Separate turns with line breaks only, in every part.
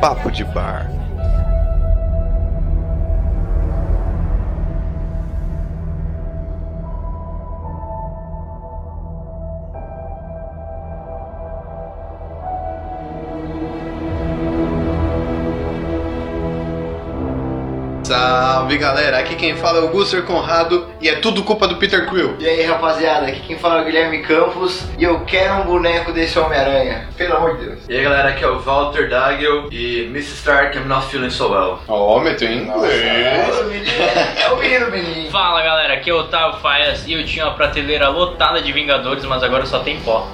Papo de Bar. Salve galera, aqui quem fala é o Gusser Conrado e é tudo culpa do Peter Quill.
E aí rapaziada, aqui quem fala é o Guilherme Campos e eu quero um boneco desse Homem-Aranha. Pelo amor de Deus.
E aí galera, aqui é o Walter Dagel e Mrs. Stark, I'm not feeling so well.
Ó, meteu em inglês.
Nossa, o menino é o menino menino.
Fala galera, aqui é o Otávio Faias e eu tinha uma prateleira lotada de Vingadores, mas agora só tem pó.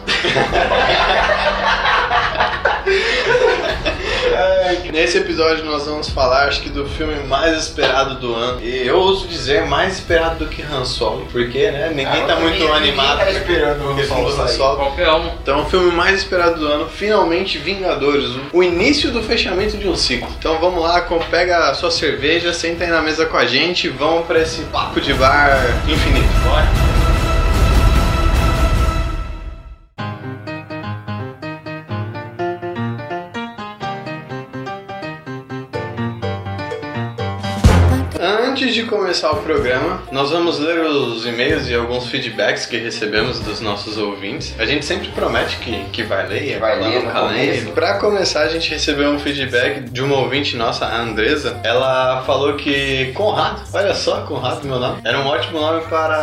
Nesse episódio nós vamos falar, acho que, do filme mais esperado do ano. E eu ouso dizer mais esperado do que Han Solo, porque, né, ninguém tá muito animado.
Ninguém tá esperando
com
o
o filme do Han
sair.
Solo.
Qualquer um.
Então, o filme mais esperado do ano, finalmente Vingadores, o início do fechamento de um ciclo. Então vamos lá, com- pega a sua cerveja, senta aí na mesa com a gente e vamos pra esse papo de bar infinito. Antes de começar o programa, nós vamos ler os e-mails e alguns feedbacks que recebemos dos nossos ouvintes. A gente sempre promete que, que vai ler, é
Vai
lá
ler
no
no
calendário.
começo.
Pra começar, a gente recebeu um feedback de uma ouvinte nossa, a Andresa. Ela falou que Conrado, olha só, Conrado, meu nome, era um ótimo nome para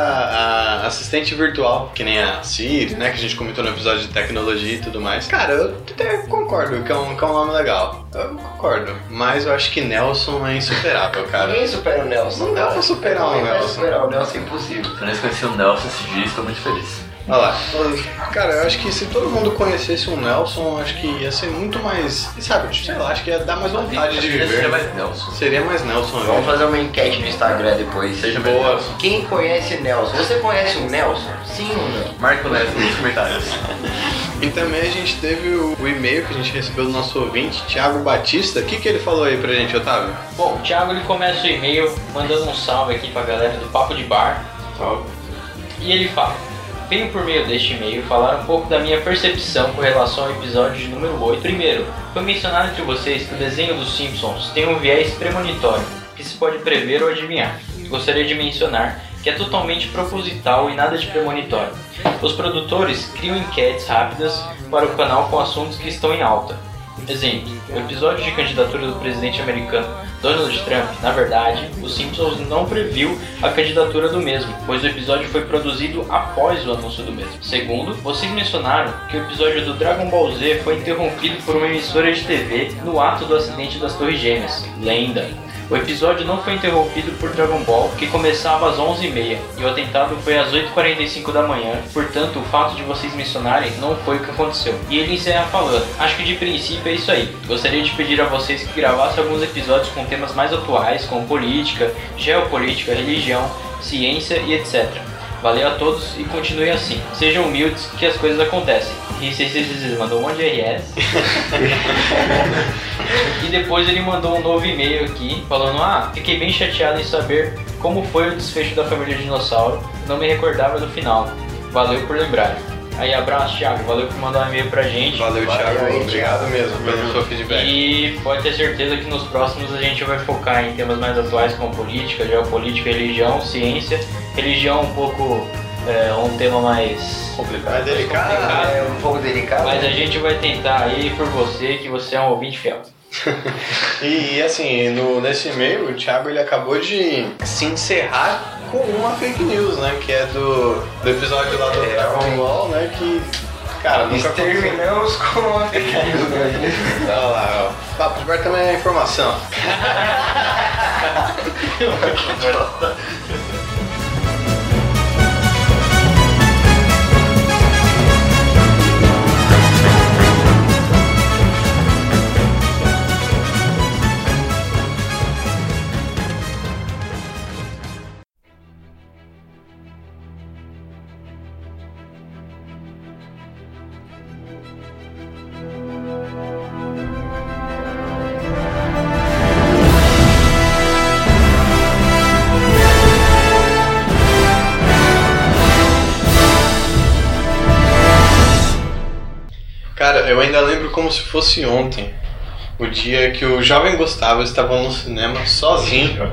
a assistente virtual, que nem a Siri, né, que a gente comentou no episódio de tecnologia e tudo mais. Cara, eu até concordo que é um, que é um nome legal. Eu concordo. Mas eu acho que Nelson é insuperável, cara.
Ninguém supera o Nelson.
Não dá pra superar o
Ninguém vai
Nelson.
superar o Nelson, é impossível.
Quando eu conheci o Nelson esse dia, estou muito feliz.
Olha lá. Cara, eu acho que se todo mundo conhecesse o Nelson, acho que ia ser muito mais. Sabe, tipo, sei lá, acho que ia dar mais vontade de
Seja
viver.
mais Nelson.
Seria mais Nelson, né? eu
Vamos
acho.
fazer uma enquete no Instagram depois.
Seja mais Nelson.
Quem conhece Nelson? Você conhece o Nelson? Sim ou não?
Marca o Nelson nos comentários.
E também a gente teve o, o e-mail que a gente recebeu do nosso ouvinte, Thiago Batista. O que, que ele falou aí pra gente, Otávio?
Bom, o Thiago ele começa o e-mail mandando um salve aqui pra galera do Papo de Bar. E ele fala: Venho por meio deste e-mail falar um pouco da minha percepção com relação ao episódio de número 8. Primeiro, foi mencionado entre vocês que o desenho dos Simpsons tem um viés premonitório, que se pode prever ou adivinhar. Gostaria de mencionar que é totalmente proposital e nada de premonitório. Os produtores criam enquetes rápidas para o canal com assuntos que estão em alta. Exemplo, o episódio de candidatura do presidente americano Donald Trump, na verdade, o Simpsons não previu a candidatura do mesmo, pois o episódio foi produzido após o anúncio do mesmo. Segundo, vocês mencionaram que o episódio do Dragon Ball Z foi interrompido por uma emissora de TV no ato do acidente das Torres Gêmeas. Lenda. O episódio não foi interrompido por Dragon Ball, que começava às 11h30 e o atentado foi às 8h45 da manhã, portanto, o fato de vocês mencionarem não foi o que aconteceu. E ele encerra falando: Acho que de princípio é isso aí. Gostaria de pedir a vocês que gravassem alguns episódios com temas mais atuais, como política, geopolítica, religião, ciência e etc. Valeu a todos e continuem assim. Sejam humildes que as coisas acontecem. E vocês mandou um monte de RS. E depois ele mandou um novo e-mail aqui, falando: Ah, fiquei bem chateado em saber como foi o desfecho da família dinossauro, não me recordava do final. Valeu por lembrar. Aí abraço, Thiago, valeu por mandar um e-mail pra gente.
Valeu, Thiago.
Thiago.
Obrigado mesmo pelo seu feedback.
E pode ter certeza que nos próximos a gente vai focar em temas mais atuais como política, geopolítica, religião, ciência. Religião um pouco é, um tema mais
Mas
Complicado.
delicado.
É um pouco delicado.
Mas a gente vai tentar aí por você, que você é um ouvinte fiel.
E, e, assim, no, nesse e-mail, o Thiago ele acabou de se encerrar com uma fake news, né? Que é do, do episódio lá do
É,
Dragon Ball, né? Que, cara, nunca aconteceu.
Exterminamos com a fake news, né?
Olha lá, ó. Papo de bar também é informação. Cara, eu ainda lembro como se fosse ontem o dia que o jovem Gustavo estava no cinema sozinho.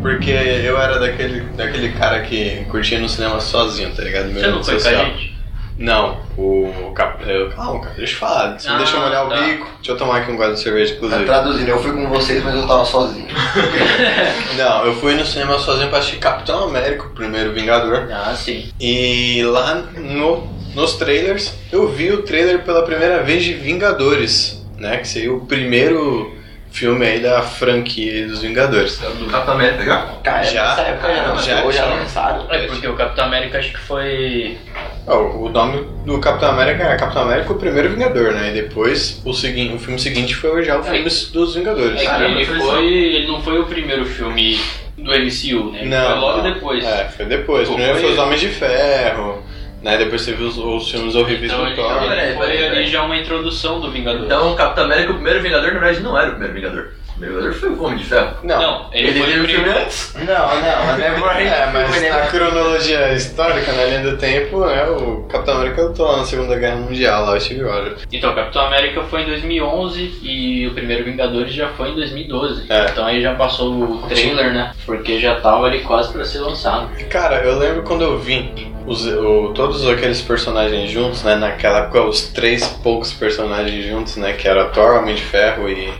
Porque eu era daquele, daquele cara que curtia no cinema sozinho, tá ligado? Meu
Você não
rede
foi com a gente?
Não, o Cap... eu- Calma, cara, deixa eu falar. Você
Ah,
me deixa eu molhar
tá.
o bico. Deixa eu tomar aqui um gole de cerveja, inclusive.
Traduzindo, eu fui com vocês, mas eu tava sozinho.
tá.
Não, eu fui no cinema sozinho pra assistir Capitão América, o primeiro Vingador.
Ah, sim.
E lá no, nos trailers, eu vi o trailer pela primeira vez de Vingadores, né? Que seria o primeiro filme aí da franquia dos Vingadores.
Do Capitão América, legal?
Cara,
Já, Ah,
nessa época já não,
já
já, já
tinha.
lançaram.
É porque o Capitão América acho que foi.
Ó, o nome do Capitão América era Capitão América, o primeiro Vingador, né? E depois o, segui o filme seguinte foi já o filme dos Vingadores.
É que
Caramba,
ele
foi
foi. Ele não foi o primeiro filme do MCU, né? Ele
Não.
Foi logo
não.
depois.
É, foi depois.
Pô,
Primeiro
foi-
foi os Homens de Ferro, né? Depois teve os, os filmes horríveis
Então
do
ele,
Thor.
ele
Peraí,
foi
peraí,
ali
peraí.
já uma introdução do Vingador.
Então, o Capitão América, o primeiro Vingador, na verdade, não era o primeiro Vingador. O primeiro Vingador foi o Homem de Ferro.
Não.
não, ele, foi
teve
o
um filme
primeiro.
antes.
Não, não, não é por aí. tá
É, mas na cronologia histórica, na linha do tempo, né, o Capitão América lutou lá na Segunda Guerra Mundial, lá o Steve Rogers.
Então, Capitão América foi em 2011 e o primeiro Vingadores já foi em 2012.
É.
Então aí já passou o trailer, né? Porque já tava ali quase pra ser lançado.
E, Cara, eu lembro quando eu vi os, o- todos aqueles personagens juntos, né, naquela época, os três poucos personagens juntos, né, que era Thor, Homem de Ferro e,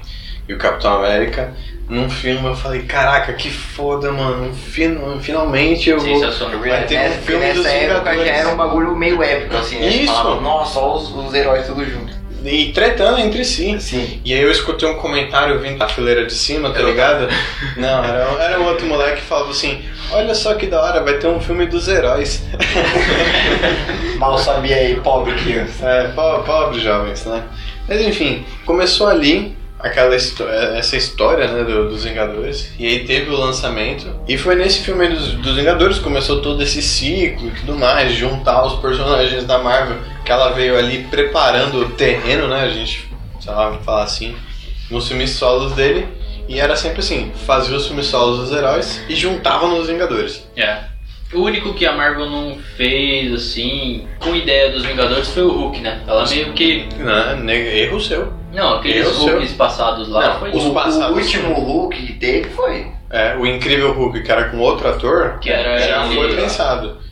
e o Capitão América, num filme eu falei, caraca, que foda, mano, fin- finalmente eu vou...
Sensacional.
Vai ter um
é, Nessa,
filme
nessa
dos
época já
Vingadores.
era um bagulho meio épico, assim. né? Você
Isso.
falava, Nossa, olha os, os heróis tudo junto.
E tretando entre si.
Sim.
E aí eu escutei um comentário vindo da fileira de cima, tá ligado? Não, era, um- era um outro moleque que falava assim, olha só que da hora, vai ter um filme dos heróis.
Mal sabia aí, pobre que eu.
É, po- pobres jovens, né? Mas enfim, começou ali aquela histó- essa história né, do- dos Vingadores, e aí teve o lançamento, e foi nesse filme aí dos, dos Vingadores que começou todo esse ciclo e tudo mais, juntar os personagens da Marvel, que ela veio ali preparando o terreno, né, a gente, sei lá, falar assim, nos filmes solos dele, e era sempre assim, fazia os filmes solos dos heróis e juntava nos Vingadores.
É. O único que a Marvel não fez, assim, com ideia dos Vingadores foi o Hulk, né? Ela meio que.
Né, né, erro seu.
Não, aqueles
Eu sou-
Hulks passados lá
Não,
foi
os
O, o
passados.
último Hulk que teve foi.
É, o Incrível Hulk, que era com outro ator,
Que era
já
ele-
foi pensado.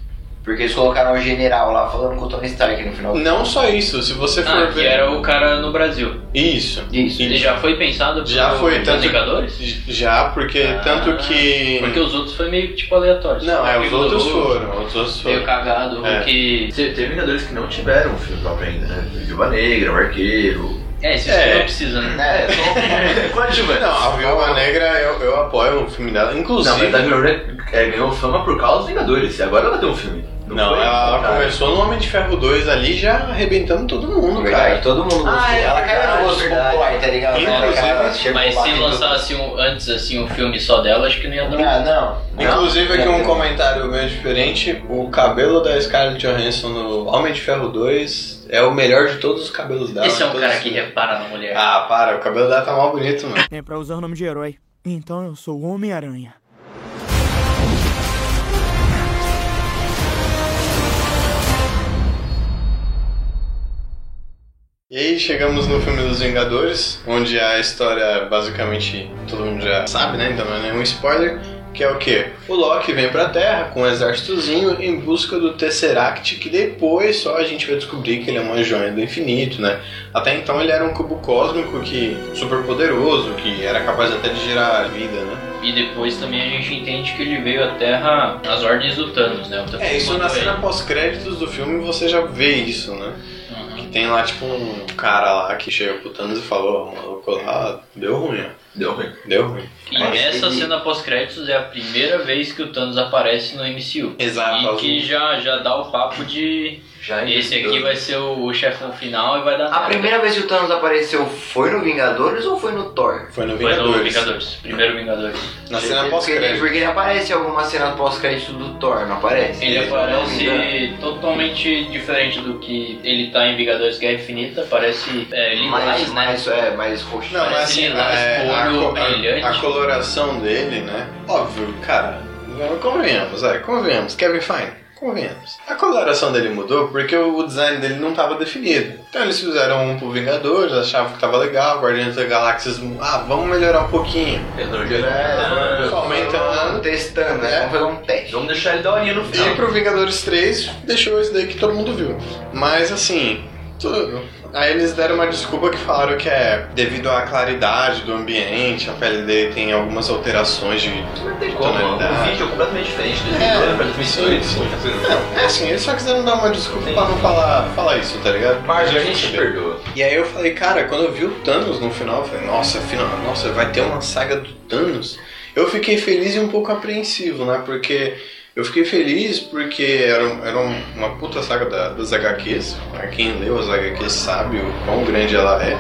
Porque eles colocaram o general lá falando com o Tony Stark no final.
Não só isso, se você for
Ah, que
ver.
era o cara no Brasil.
Isso.
Isso.
Ele já foi pensado
Já
pro-
foi,
pros
tanto-
Vingadores?
Já, porque
Ah,
tanto que.
Porque os outros foi meio tipo aleatório.
Não, é,
O
os
filme do
outros
Hulk,
foram. Os outros
Meio
foram.
cagado, o
É.
Hulk.
Te- Teve Vingadores que não tiveram um filme próprio ainda, né? Viúva Negra, o Arqueiro.
É, esses
É.
que não precisa, né?
É,
Coadjuvante.
Não, a Viúva Negra eu, eu apoio o filme dela.
Não,
Inclusive.
mas a Viúva Negra é, ganhou fama por causa dos Vingadores. E agora ela tem um filme.
não,
foi?
ela
Cara,
começou no Homem de Ferro 2 ali já arrebentando todo mundo,
Cara,
cara.
todo mundo gostou.
Ah, é
ela caiu
verdade,
no gosto
verdade.
popular, tá ligado?
Inclusive,
Ela chegou
Mas
lá
se
e-
lançasse um- antes assim um filme só dela, acho que não ia dar.
Ah, não.
Inclusive,
é
aqui
Não.
um comentário meio diferente: o cabelo da Scarlett Johansson no Homem de Ferro 2 é o melhor de todos os cabelos dela.
Esse é um
Todos
cara
os-
que repara na mulher.
Ah, para, o cabelo dela tá mal bonito, mano.
né, para usar o nome de herói. Então eu sou o Homem-Aranha.
E aí chegamos no filme dos Vingadores, onde a história basicamente todo mundo já sabe, né? Então não é nenhum spoiler. Que é o quê? O Loki vem pra Terra com um exércitozinho em busca do Tesseract, que depois só a gente vai descobrir que ele é uma joia do infinito, né? Até então ele era um cubo cósmico que super poderoso, que era capaz até de gerar vida, né?
E depois também a gente entende que ele veio à Terra nas ordens do Thanos, né? O Thanos
É, isso
mandou
na
ele.
cena pós-créditos do filme você já vê isso, né?
Uhum.
Tem lá tipo um cara lá que chega pro Thanos e falou, "Ó, maluco lá, deu ruim, ó.
Deu ruim.
deu ruim.
E
Mas
nessa
ele-
cena pós-créditos é a primeira vez que o Thanos aparece no MCU.
Exato. assim,
E que já, já dá o papo de
Já em
esse aqui
2012.
vai ser o, o chefão final e vai dar
A
nada.
primeira vez que o Thanos apareceu foi no Vingadores ou foi no Thor?
Foi no
Foi
Vingadores.
no Vingadores. Primeiro Vingadores.
Na cena
Porque-
pós-crédito.
Porque ele aparece alguma cena pós-crédito do Thor, não aparece?
Ele é
Não me engano.
aparece totalmente diferente do que ele tá em Vingadores Guerra Infinita. Parece é,
mais,
lilás, né?
mais, é, mais roxo.
Não, mas
Parece
assim,
lilás
é, a, co-
puro,
a-
né? Tipo, brilhante.
a coloração dele, né? Óbvio, cara, vamos- convenhamos, é, convenhamos. Kevin Feige, Convenhamos. A coloração dele mudou porque o design dele não estava definido. Então eles fizeram um pro Vingadores, achavam que tava legal, Guardiões da Galáxia, ah, vamos melhorar um pouquinho.
É,
Só aumentando.
testando,
É.
né? Vamos fazer um teste.
Vamos deixar ele daorinha no
E
final.
pro Vingadores 3 deixou isso daí que todo mundo viu. Mas assim, tu- aí eles deram uma desculpa que falaram que é devido à claridade do ambiente, a pele dele tem algumas alterações de.
Não tem como, o
Tonalidade.
vídeo é completamente diferente de
É,
2012 pra 2018.
sim, Não, é assim, eles só quiseram dar uma desculpa pra não falar, falar isso, tá ligado?
Mas a
Já
gente
percebeu.
perdoa.
E aí eu falei, cara, quando eu vi o Thanos no final, eu falei, nossa, final, nossa, vai ter uma saga do Thanos. Eu fiquei feliz e um pouco apreensivo, né? Porque eu fiquei feliz porque era, um, era uma puta saga da, das HQs. Pra quem leu as HQs sabe o quão grande ela é.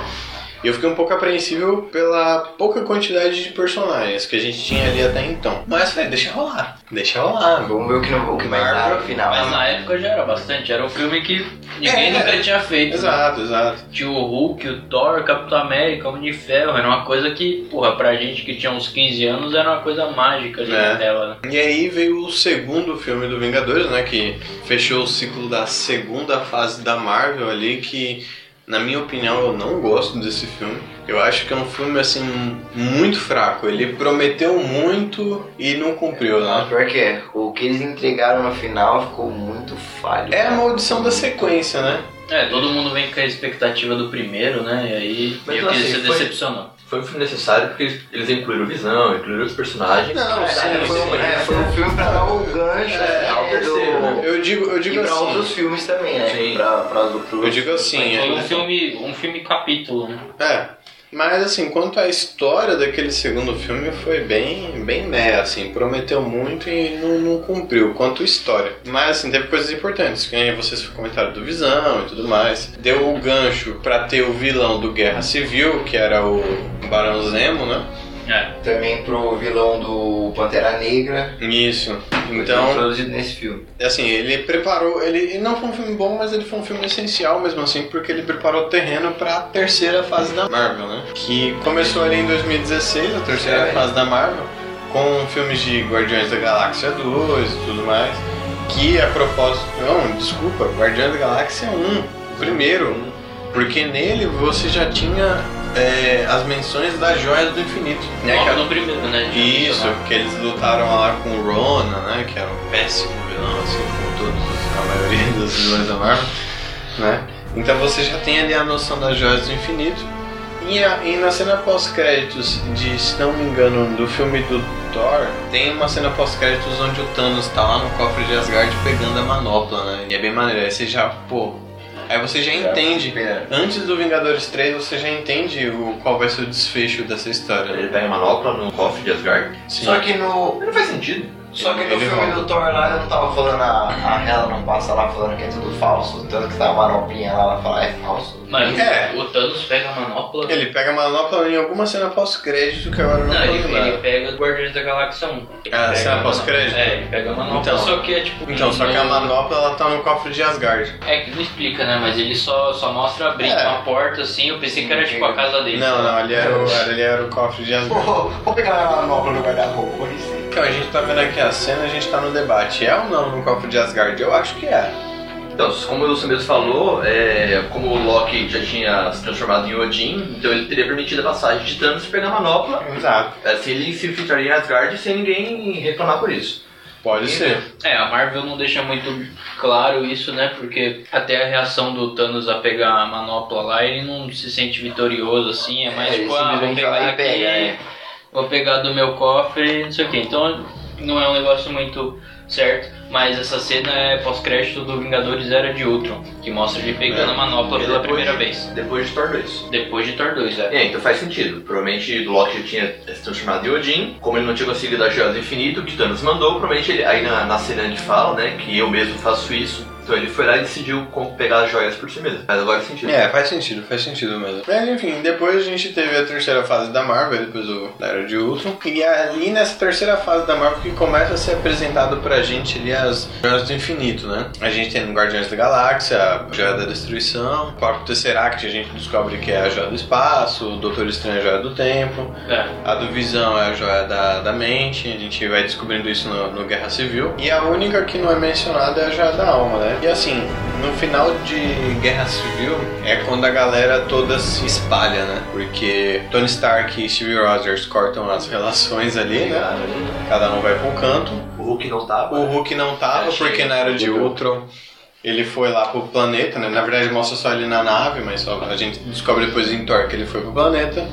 E eu fiquei um pouco apreensível pela pouca quantidade de personagens que a gente tinha ali até então. Mas falei, deixa rolar. Deixa rolar.
Vamos ver o que, não, o que vai dar no final.
Mas na época já era bastante, era um filme que ninguém
É.
nunca tinha feito.
Exato, exato.
Tinha o Hulk, o Thor, o Capitão América, o Homem de Ferro, era uma coisa que, porra, pra gente que tinha uns 15 anos era uma coisa mágica ali
É.
na tela, né?
E aí veio o segundo filme do Vingadores, né? Que fechou o ciclo da segunda fase da Marvel ali, que na minha opinião eu não gosto desse filme. Eu acho que é um filme assim muito fraco. Ele prometeu muito e não cumpriu,
Mas
né?
pior que é, o que eles entregaram no final ficou muito falho.
É a
cara.
maldição da sequência, né?
É, todo mundo vem com a expectativa do primeiro, né? E aí
Mas,
meio que
assim,
se
foi-
decepcionou.
Foi um filme necessário porque eles- eles incluíram visão, incluíram os personagens.
Não,
Caralho,
sim,
foi, um,
sim.
é, foi um filme pra dar o gancho
É,
assim,
é o terceiro, né?
do,
Eu digo, eu digo
e pra
assim.
outros filmes também, né?
Sim.
Pra, pra outros
Eu digo assim,
Foi um
é,
filme, um filme capítulo, né?
é. Mas assim, quanto à história daquele segundo filme foi bem, bem né, assim, prometeu muito e não, não cumpriu, quanto história. Mas assim, teve coisas importantes, que nem vocês comentaram do Visão e tudo mais. Deu o gancho pra ter o vilão do Guerra Civil, que era o Barão Zemo, né?
É.
Também pro vilão do Pantera Negra.
Isso.
foi
Então,
Produzido nesse filme.
assim, ele preparou, ele, ele não foi um filme bom, mas ele foi um filme essencial mesmo assim, porque ele preparou o terreno pra terceira fase da Marvel, né? Que começou ali em 2016, a terceira
É.
fase da Marvel, com filmes de Guardiões da Galáxia 2 e tudo mais, que a propósito, não, desculpa, Guardiões da Galáxia 1, o primeiro, porque nele você já tinha é, as menções das joias do infinito, né? Que
Logo
a-
no primeiro, né? Já
isso,
mencionou.
porque eles lutaram lá com o Rona, né? Que era um péssimo vilão, assim, como todos, a maioria dos vilões da Marvel, né? Então você já tem ali a noção das joias do infinito. E, a- e na cena pós-créditos de, se não me engano, do filme do Thor, tem uma cena pós-créditos onde o Thanos tá lá no cofre de Asgard pegando a manopla, né? E é bem maneiro. Aí você já, pô. Aí você já entende. Antes do Vingadores 3, você já entende o, qual vai ser o desfecho dessa história.
Ele
né?
pega a manopla no cofre de Asgard.
Sim.
Só que no.
Não faz sentido.
Só que no
Ele
filme
volta.
do Thor lá eu não tava falando a, a ela não passa lá falando que é tudo falso, tanto que tá a manopinha lá, ela fala, é falso.
Mas
É.
o Thanos pega a manopla.
Ele pega a manopla em alguma cena pós-crédito que agora eu não,
Não,
tô
ele, ele
lembrando.
pega o Guardiões da Galáxia 1. Ele
Ah,
pega
cena
a
pós-crédito?
manopla. É, ele pega a manopla,
Então.
só que é tipo...
Então, só que a
não-
manopla ela tá no cofre de Asgard.
É, que não explica, né? Mas ele só, só mostra abrindo
É.
uma porta, assim. Eu pensei que era tipo a casa dele.
Não, não, ali era o, ali era o cofre de Asgard.
Vou, vou pegar a manopla no guarda-roupa, por isso.
Então, a gente tá vendo aqui a cena, a gente tá no debate. É ou não no cofre de Asgard? Eu acho que é.
Então, como você mesmo falou, é, como o Loki já tinha se transformado em Odin, então ele teria permitido a passagem de Thanos pegar a manopla.
Exato.
Assim ele se infiltraria em Asgard sem ninguém reclamar por isso.
Pode
E-
ser.
É, a Marvel não deixa muito claro isso, né? Porque até a reação do Thanos a pegar a manopla lá, ele não se sente vitorioso, assim. É mais
É,
tipo,
ele
ah, vou
simplesmente vai
pegar
lá e
aqui,
pega, é.
vou pegar do meu cofre, não sei o que. Então, não é um negócio muito certo. Mas essa cena é pós-crédito do Vingadores Era de Ultron, que mostra ele pegando
É.
a manopla
E
pela
depois-
primeira vez.
Depois de Thor 2.
Depois de Thor 2, é.
É, então faz sentido. Provavelmente o Loki já tinha se transformado em Odin. Como ele não tinha conseguido a joia do infinito que Thanos mandou, provavelmente ele, aí na, na cena de fala, né, que eu mesmo faço isso. Então ele foi lá e decidiu com- pegar as joias por si mesmo. Mas agora sentido.
É, faz sentido, faz sentido mesmo. Mas enfim, depois a gente teve a terceira fase da Marvel, depois o da Era de Ultron. E ali nessa terceira fase da Marvel que começa a ser apresentado pra gente ali é as Joias do Infinito, né? A gente tem no Guardiões da Galáxia, a Joia da Destruição, o próprio Tesseract a gente descobre que é a Joia do Espaço, o Doutor Estranho é a Joia do Tempo,
É.
a do Visão é a Joia da, da Mente, a gente vai descobrindo isso no, no Guerra Civil. E a única que não é mencionada é a Joia da Alma, né? E assim, no final de Guerra Civil é quando a galera toda se espalha, né? Porque Tony Stark e Steve Rogers cortam as relações ali, né? Cada um vai pra um canto.
O Hulk não tava.
O Hulk não tava,
É, chega.
porque na era de
Mudou.
Ultron ele foi lá pro planeta, né? Na verdade mostra só ele na nave, mas só a gente descobre depois em Thor que ele foi pro planeta.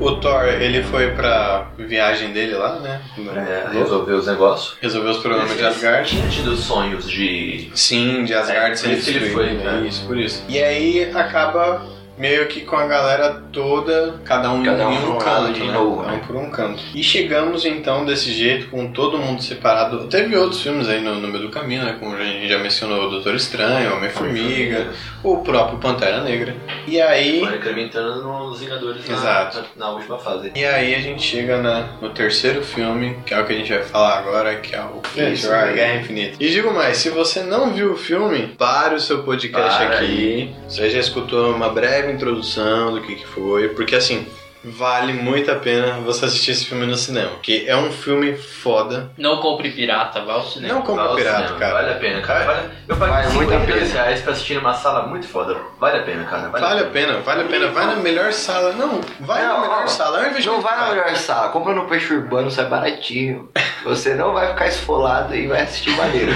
O Thor, ele foi pra viagem dele lá, né?
É, resolveu os negócios.
Resolveu os problemas de Asgard.
Tinha tido os sonhos de.
Sim, de Asgard
É,
sendo
por isso ele
destruído,
foi,
né?
né?
Isso, por isso. E aí acaba meio que com a galera toda, cada um
Cada um
em
por
um
um lado
canto,
de
né?
novo,
Cada um
né?
por um canto. E chegamos então desse jeito, com todo mundo separado. Teve outros filmes aí no, no meio do caminho, né? Como a gente já mencionou, o Doutor Estranho, Homem-Formiga, o próprio Pantera Negra. E aí...
Foi incrementando nos Vingadores na-
Exato.
Na, na última fase.
E aí a gente chega na- no terceiro filme, que é o que a gente vai falar agora, que é o
Isso,
Guerra
né?
Guerra Infinita. E digo mais, se você não viu o filme, pare o seu podcast
Para
aqui. Você já escutou uma breve introdução do que, que foi, porque assim, vale muito a pena você assistir esse filme no cinema. Porque é um filme foda.
Não compre pirata, vá ao cinema.
Não como
Nossa,
pirata,
né?
cara. é
Vale a pena, cara. Vale- eu
Vale
paguei
muito a
52
pena.
reais pra assistir numa sala muito foda. Vale a pena, cara.
Vale a pena, vale a pena. Vai na melhor sala. Não, vai na
Não,
melhor
ó,
sala. É um investimento
Não vai na
caro.
melhor sala, compra no peixe urbano, sai baratinho. Você não vai ficar esfolado e vai assistir maneiro.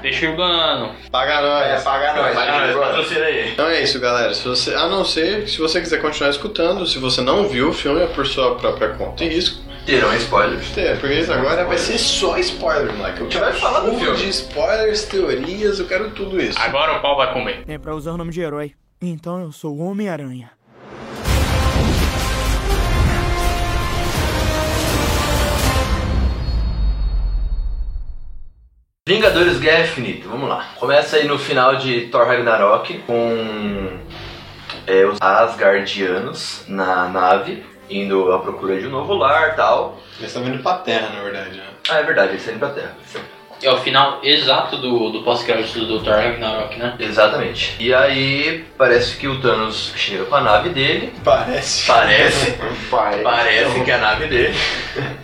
Peixe urbano.
Paga nós.
pagar
Vai, vai, vai, Ah, patrocina aí.
Então é isso, galera. Se você, a não ser que se você quiser continuar escutando, se você não viu o filme, é por sua própria conta e risco.
Terão spoilers.
É, porque isso agora vai ser só spoiler, moleque. Eu
gente
quero
vai falar do
full
filme.
de spoilers, teorias, eu quero tudo isso.
Agora o pau vai comer.
É pra usar o nome de herói. Então eu sou o Homem-Aranha.
Vingadores Guerra Infinita, vamos lá. Começa aí no final de Thor Ragnarok com é, os Asgardianos na nave, indo à procura de um novo lar e tal.
Eles estão vindo pra terra, na verdade, né?
Ah, é verdade, eles saíram pra Terra.
É o final exato do, do pós-crédito do Dr. Ragnarok, né?
Exatamente. E aí parece que o Thanos chega com a nave dele.
Parece.
Parece.
Pai.
Parece que é a nave dele.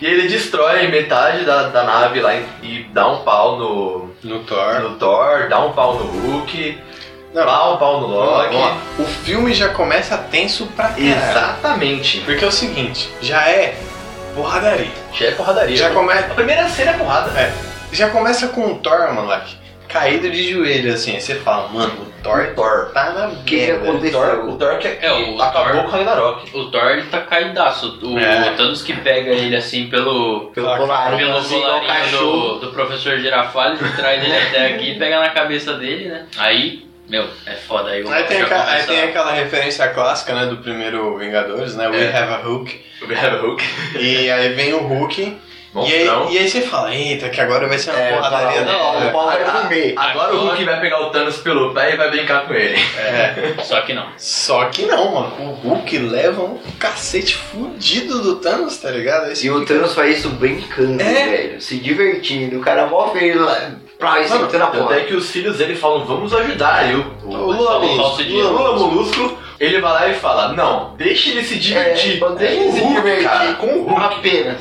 e ele destrói metade da, da nave lá e- e dá um pau no,
No Thor.
no Thor, dá um pau no Hulk,
Não,
dá um pau no
vamos lá,
Loki.
vamos lá. O filme já começa tenso pra caralho.
Exatamente.
Porque é o seguinte, já é porradaria.
Já é porradaria.
Já começa.
A primeira cena é porrada.
É, já começa com o Thor, moleque, caído de joelho, assim. Aí você fala, mano, o Thor
Thor.
tá na
que
merda.
aconteceu?
O Thor, o Thor que
É, o
acabou
Thor-
com o Ragnarok.
O Thor ele tá caidaço. O,
É.
o Thanos que pega ele assim pelo.
Pelo colarinho,
Pelo
assim, igual
colarinho
cachorro.
do, do professor Girafales, que traz ele até aqui e pega na cabeça dele, né? Aí, meu, é foda. Aí, o
Aí tem,
já
aquela, aí
começa-
tem aquela referência clássica, né, do primeiro Vingadores, né? We
É.
have a Hulk.
O Guerra Hulk.
E aí vem o Hulk. E aí,
Monstrão.
e aí você fala, eita, que agora vai ser uma
É,
porradaria É.
fala,
da
não, o
hora.
pau vai comer.
Agora o Hulk vai pegar o Thanos pelo pé e vai brincar com ele.
É.
Só que não.
Só que não, mano. O Hulk leva um cacete fudido do Thanos, tá ligado? Aí você
E o
fica-
Thanos faz isso brincando,
É.
velho. Se divertindo. O cara mó feliz lá. Pra isso,
Mano,
sentando na
Tanto é
porta.
que os filhos dele falam, vamos ajudar. E o, o,
O Lula
Molusco.
o Lula Molusco, ele vai lá e fala, não, deixa ele se divertir.
É, deixa
Com
ele se
o Hulk,
divertir.
cara, com o Hulk.
Apenas.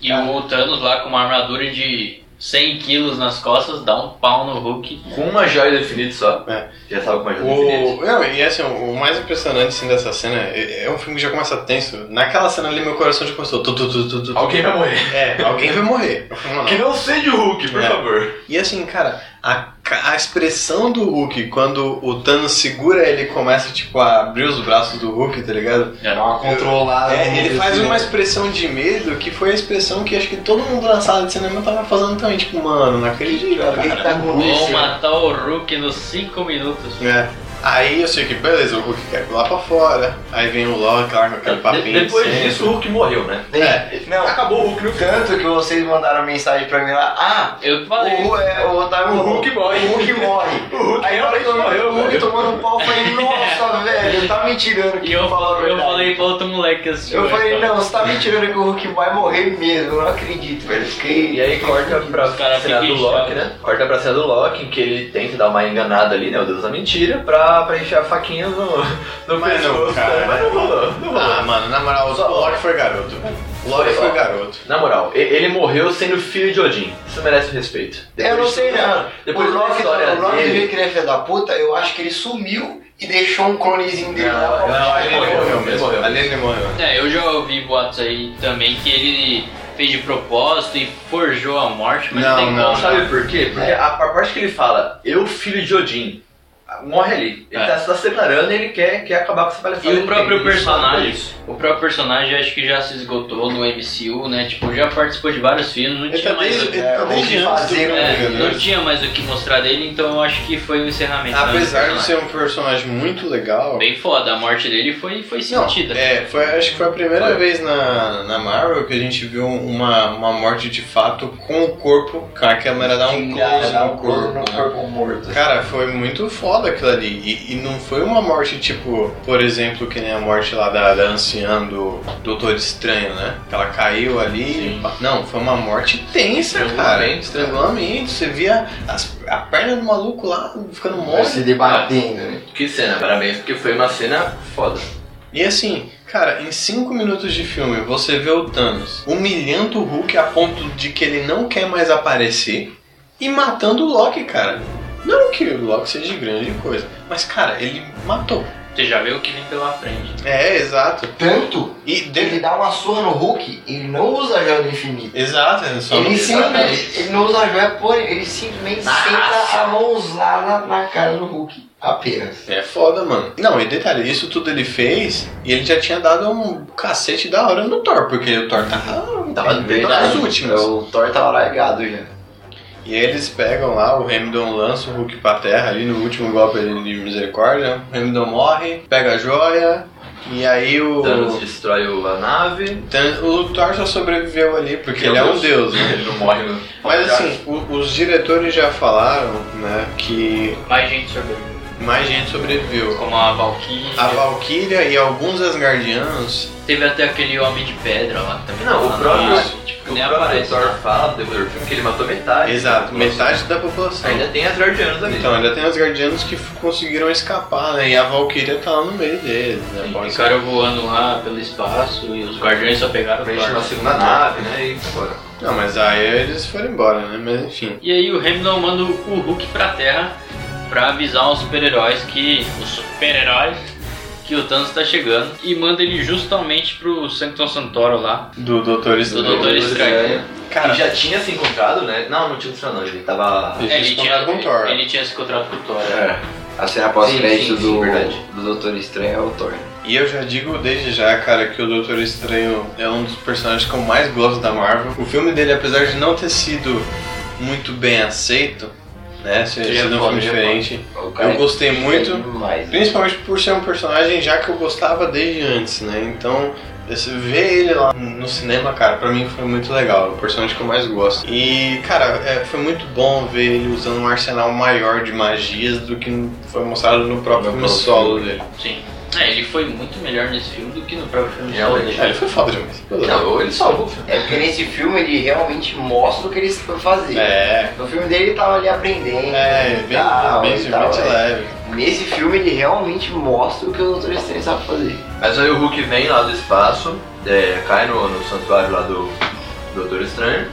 E
É.
o Thanos lá com uma armadura de 100 quilos nas costas dá um pau no Hulk.
Com uma joia do infinito só.
É.
Já sabe com uma joia do infinito.
O... Não, e assim, o mais impressionante assim, dessa cena é, é um filme que já começa tenso. Naquela cena ali, meu coração já começou. Tu, tu, tu, tu, tu.
Alguém vai morrer.
É, alguém vai morrer. Eu falei, mano,
Que não seja o Hulk, por
É.
favor.
E assim, cara, a, ca- a expressão do Hulk quando o Thanos segura ele e começa, tipo, a abrir os braços do Hulk, tá ligado?
Dá É uma
Ah,
controlada.
É, ele
no
faz
filme.
uma expressão de medo que foi a expressão que acho que todo mundo na sala de cinema tava fazendo também, tipo, mano, não acredito,
O que que
cara.
tá
Vão
acontecendo?
matar o Hulk nos 5 minutos.
É. Aí eu sei que, beleza, o Hulk quer pular pra fora. Aí vem o Loki lá com aquele
É, De-
papinho.
depois
sempre.
disso, o Hulk morreu, né?
É.
Não,
Acabou o Hulk né? no
tanto que vocês mandaram mensagem pra mim lá. Ah,
Eu
o,
falei.
Hu- é, o Otávio
O Hulk morre.
O Hulk morre.
O Hulk
Aí eu
realmente
tomando-
morreu,
o Hulk
velho.
tomando um pau, eu falei, nossa, velho, tá me tirando que
E eu,
tu falou a
eu
verdade.
falei pro outro moleque que assistiu.
Eu
a
falei,
história.
não, você tá me tirando que o Hulk vai morrer mesmo, eu não acredito, velho. Eu Fiquei.
E aí corta pra
Os caras
cena do
ficam
Loki,
inchados.
né? Corta pra cena do Loki, em que ele tenta dar uma enganada ali, né? O deus da mentira, pra, pra encher a faquinha no, no
Mas não,
pescoço.
cara.
né? Mas não rolou, não rolou.
Ah, mano, na moral,
Só-
o Loki foi garoto. O Loki foi garoto.
Na moral, e- ele morreu sendo filho de Odin. Isso merece respeito.
É, Eu não
Depois
sei
de toda-
não.
Depois
o
da
Loki,
história
o Loki
dele...
viu que ele é filho da puta, eu acho que ele sumiu e deixou um clonezinho dele
Não,
lá. pra-
não, acho que ele morreu mesmo. Ele morreu.
Ali ele morreu.
É, eu já ouvi boatos aí também que ele fez de propósito e forjou a morte, mas não,
Não,
tem
não,
como.
Sabe por quê?
É.
Porque a, a parte que ele fala, eu filho de Odin, morre ali. Ele
É.
tá se declarando e ele quer, quer acabar com essa palhaçada.
E o
Ele
próprio
tem isso,
personagem.
isso.
O próprio personagem acho que já se esgotou no MCU, né? Tipo, já participou de vários filmes, não
Ele
tinha
tá
mais
desde,
o
ele tá
é,
desde
o que
antes do
fazer,
é,
Coringa, né?
não tinha mais o que mostrar dele, então eu acho que foi o encerramento. né, do
Apesar de
personagem.
ser um personagem muito legal.
bem foda, a morte dele foi, foi
Não,
sentida.
é, foi, acho que foi a primeira
Foi.
vez na, na Marvel que a gente viu uma, uma morte de fato com o corpo, com a câmera dá um close
Dá
no corpo.
no
né?
corpo morto.
Cara, foi muito foda aquilo ali. E, e não foi uma morte tipo, por exemplo, que nem a morte lá da, da anciã do Doutor Estranho, né? Que ela caiu ali. Não, foi uma morte tensa, cara.
Estrangulamento.
Estrangulamento. Você via as- a perna do maluco lá ficando
Vai
mole.
se debatendo, né?
Que cena, parabéns, porque foi uma cena foda.
E assim, cara, em 5 minutos de filme você vê o Thanos humilhando o Hulk a ponto de que ele não quer mais aparecer e matando o Loki, cara. Não que o Loki seja grande coisa, mas cara, ele matou.
Você já vê o que vem pela frente.
É, exato.
Tanto
E
que ele
dele.
dá uma surra no Hulk e não usa a joia do infinito.
Exato, é só
ele, simplesmente,
exatamente.
ele não usa a joia, porém, ele simplesmente senta a mãozada na cara do Hulk. Apenas.
É foda, mano. Não, e detalhe, isso tudo ele fez e ele já tinha dado um cacete da hora no Thor, porque o Thor tava, tava dentro das últimas.
É, O Thor tava Tá largado já.
E aí eles pegam lá, o Hamilton lança o Hulk pra terra ali no último golpe de misericórdia. O Hamilton morre, pega a joia, e aí o.
O Thanos destrói o- a nave.
Tan- O Thor já sobreviveu ali, porque ele é um deus, né?
Ele não morre. no-
Mas assim, o- os diretores já falaram, né, que
Mais gente sobreviveu.
mais gente sobreviveu.
Como a Valkyrie.
A Valkyria e alguns Asgardianos.
Teve até aquele Homem de Pedra lá que também.
Não,
tá
o
lá
próprio,
no-
isso.
tipo,
nem
o próprio
aparece,
Thor
né?
fala do decorrer do filme que ele matou metade.
Exato, metade da população.
Ainda tem as guardianas ali.
Então, ainda tem os guardianos que f- conseguiram escapar, né? E a Valkyria tá lá no meio deles, né? Pode ser.
Ficaram voando lá pelo espaço e os guardiões só pegaram o
Preenche na
Thor.
Então,
segunda nave, né? E fora.
Não, mas aí eles foram embora, né? Mas enfim.
E aí o Hamilton manda o Hulk pra Terra pra avisar os super-heróis que. os super-heróis que o Thanos tá chegando. E manda ele justamente pro Sanctum Santoro lá.
Do Doutor
Do
Estranho.
Doutor Estranho.
Cara,
Ele já tinha se encontrado, né? Não, não tinha se encontrado, não. Ele tava.
Ele tinha esse contrato com o Thor.
ele tinha esse contrato com o Thor. é.
A cena
pós-crédito do-
do Doutor Estranho é o Thor.
E eu já digo desde já, cara, que o Doutor Estranho é um dos personagens que eu mais gosto da Marvel. O filme dele, apesar de não ter sido muito bem aceito, né? Se
Ele é
sido um
foda,
filme
ele é foda.
diferente, eu gostei muito.
É Demais.
Principalmente por ser um personagem já que eu gostava desde antes, né? Então, esse- ver ele lá no cinema, cara, pra mim foi muito legal. É O personagem que eu mais gosto. E, cara, é, foi muito bom ver ele usando um arsenal maior de magias do que foi mostrado no próprio
No
filme
próprio
solo dele.
Sim. É, ele foi muito melhor nesse filme do que no próprio filme
Realmente.
solo dele.
É, ele foi foda demais.
Não, ou ele salvou o filme.
É porque nesse filme ele realmente mostra o que ele foi fazer.
É,
No filme dele ele tava ali aprendendo.
é,
e
bem,
tal,
bem, né?
e
então,
bem
tal, é.
leve.
Nesse filme ele realmente mostra o que o Doutor Estranho sabe fazer.
Mas aí o Hulk vem lá do espaço, é, cai no, no santuário lá do do Doutor Estranho.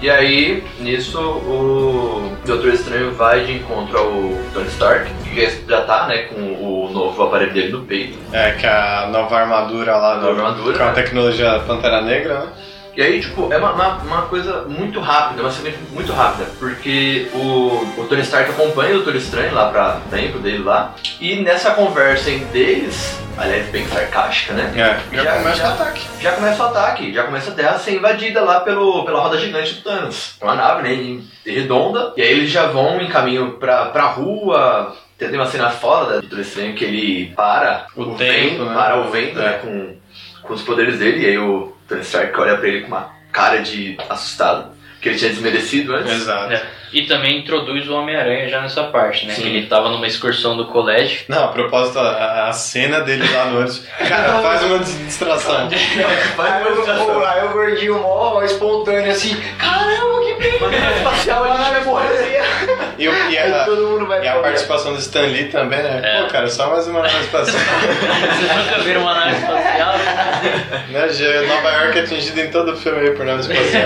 E aí, nisso, o Doutor Estranho vai de encontro ao Tony Stark, que já- já tá, né, com o novo aparelho dele no peito.
É, que a nova armadura lá do.
Nova armadura,
com a
né?
tecnologia da Pantera Negra, né?
E aí, tipo, é uma, uma, uma coisa muito rápida, uma sequência muito rápida, porque o, o Tony Stark acompanha o Doutor Estranho lá pra dentro dele lá, e nessa conversa entre deles, aliás, bem sarcástica, né?
É, já,
Já-
começa
já- tá
o ataque.
Já começa o ataque, já começa a Terra a ser invadida lá pelo, pela roda gigante do É Thanos. Uma nave, né, redonda. E aí eles já vão em caminho pra, pra rua, Tem uma cena foda da Doutor Estranho que ele para
O
vento,
tempo, né?
para o vento, né?
É.
Com, com os poderes dele, e aí o Tony Stark olha pra ele com uma cara de assustado, que ele tinha desmerecido antes.
Exato.
É. E também introduz o Homem-Aranha já nessa parte, né?
Sim.
Que ele tava numa excursão do colégio.
Não, a propósito, a, a cena dele lá no antes. Cara, faz uma dis- distração.
Aí
Vai,
eu,
vai,
pô, aí o gordinho mó espontâneo assim, caramba, que
vai, espacial, a gente vai morrer.
E, o- e
Aí
a,
todo mundo vai
É, e a
correr.
participação do Stan Lee também, né?
É.
Pô, cara, só mais uma participação.
Vocês nunca viram uma nave espacial?
né? já- Nova York é atingida em todo filme aí por nave espacial.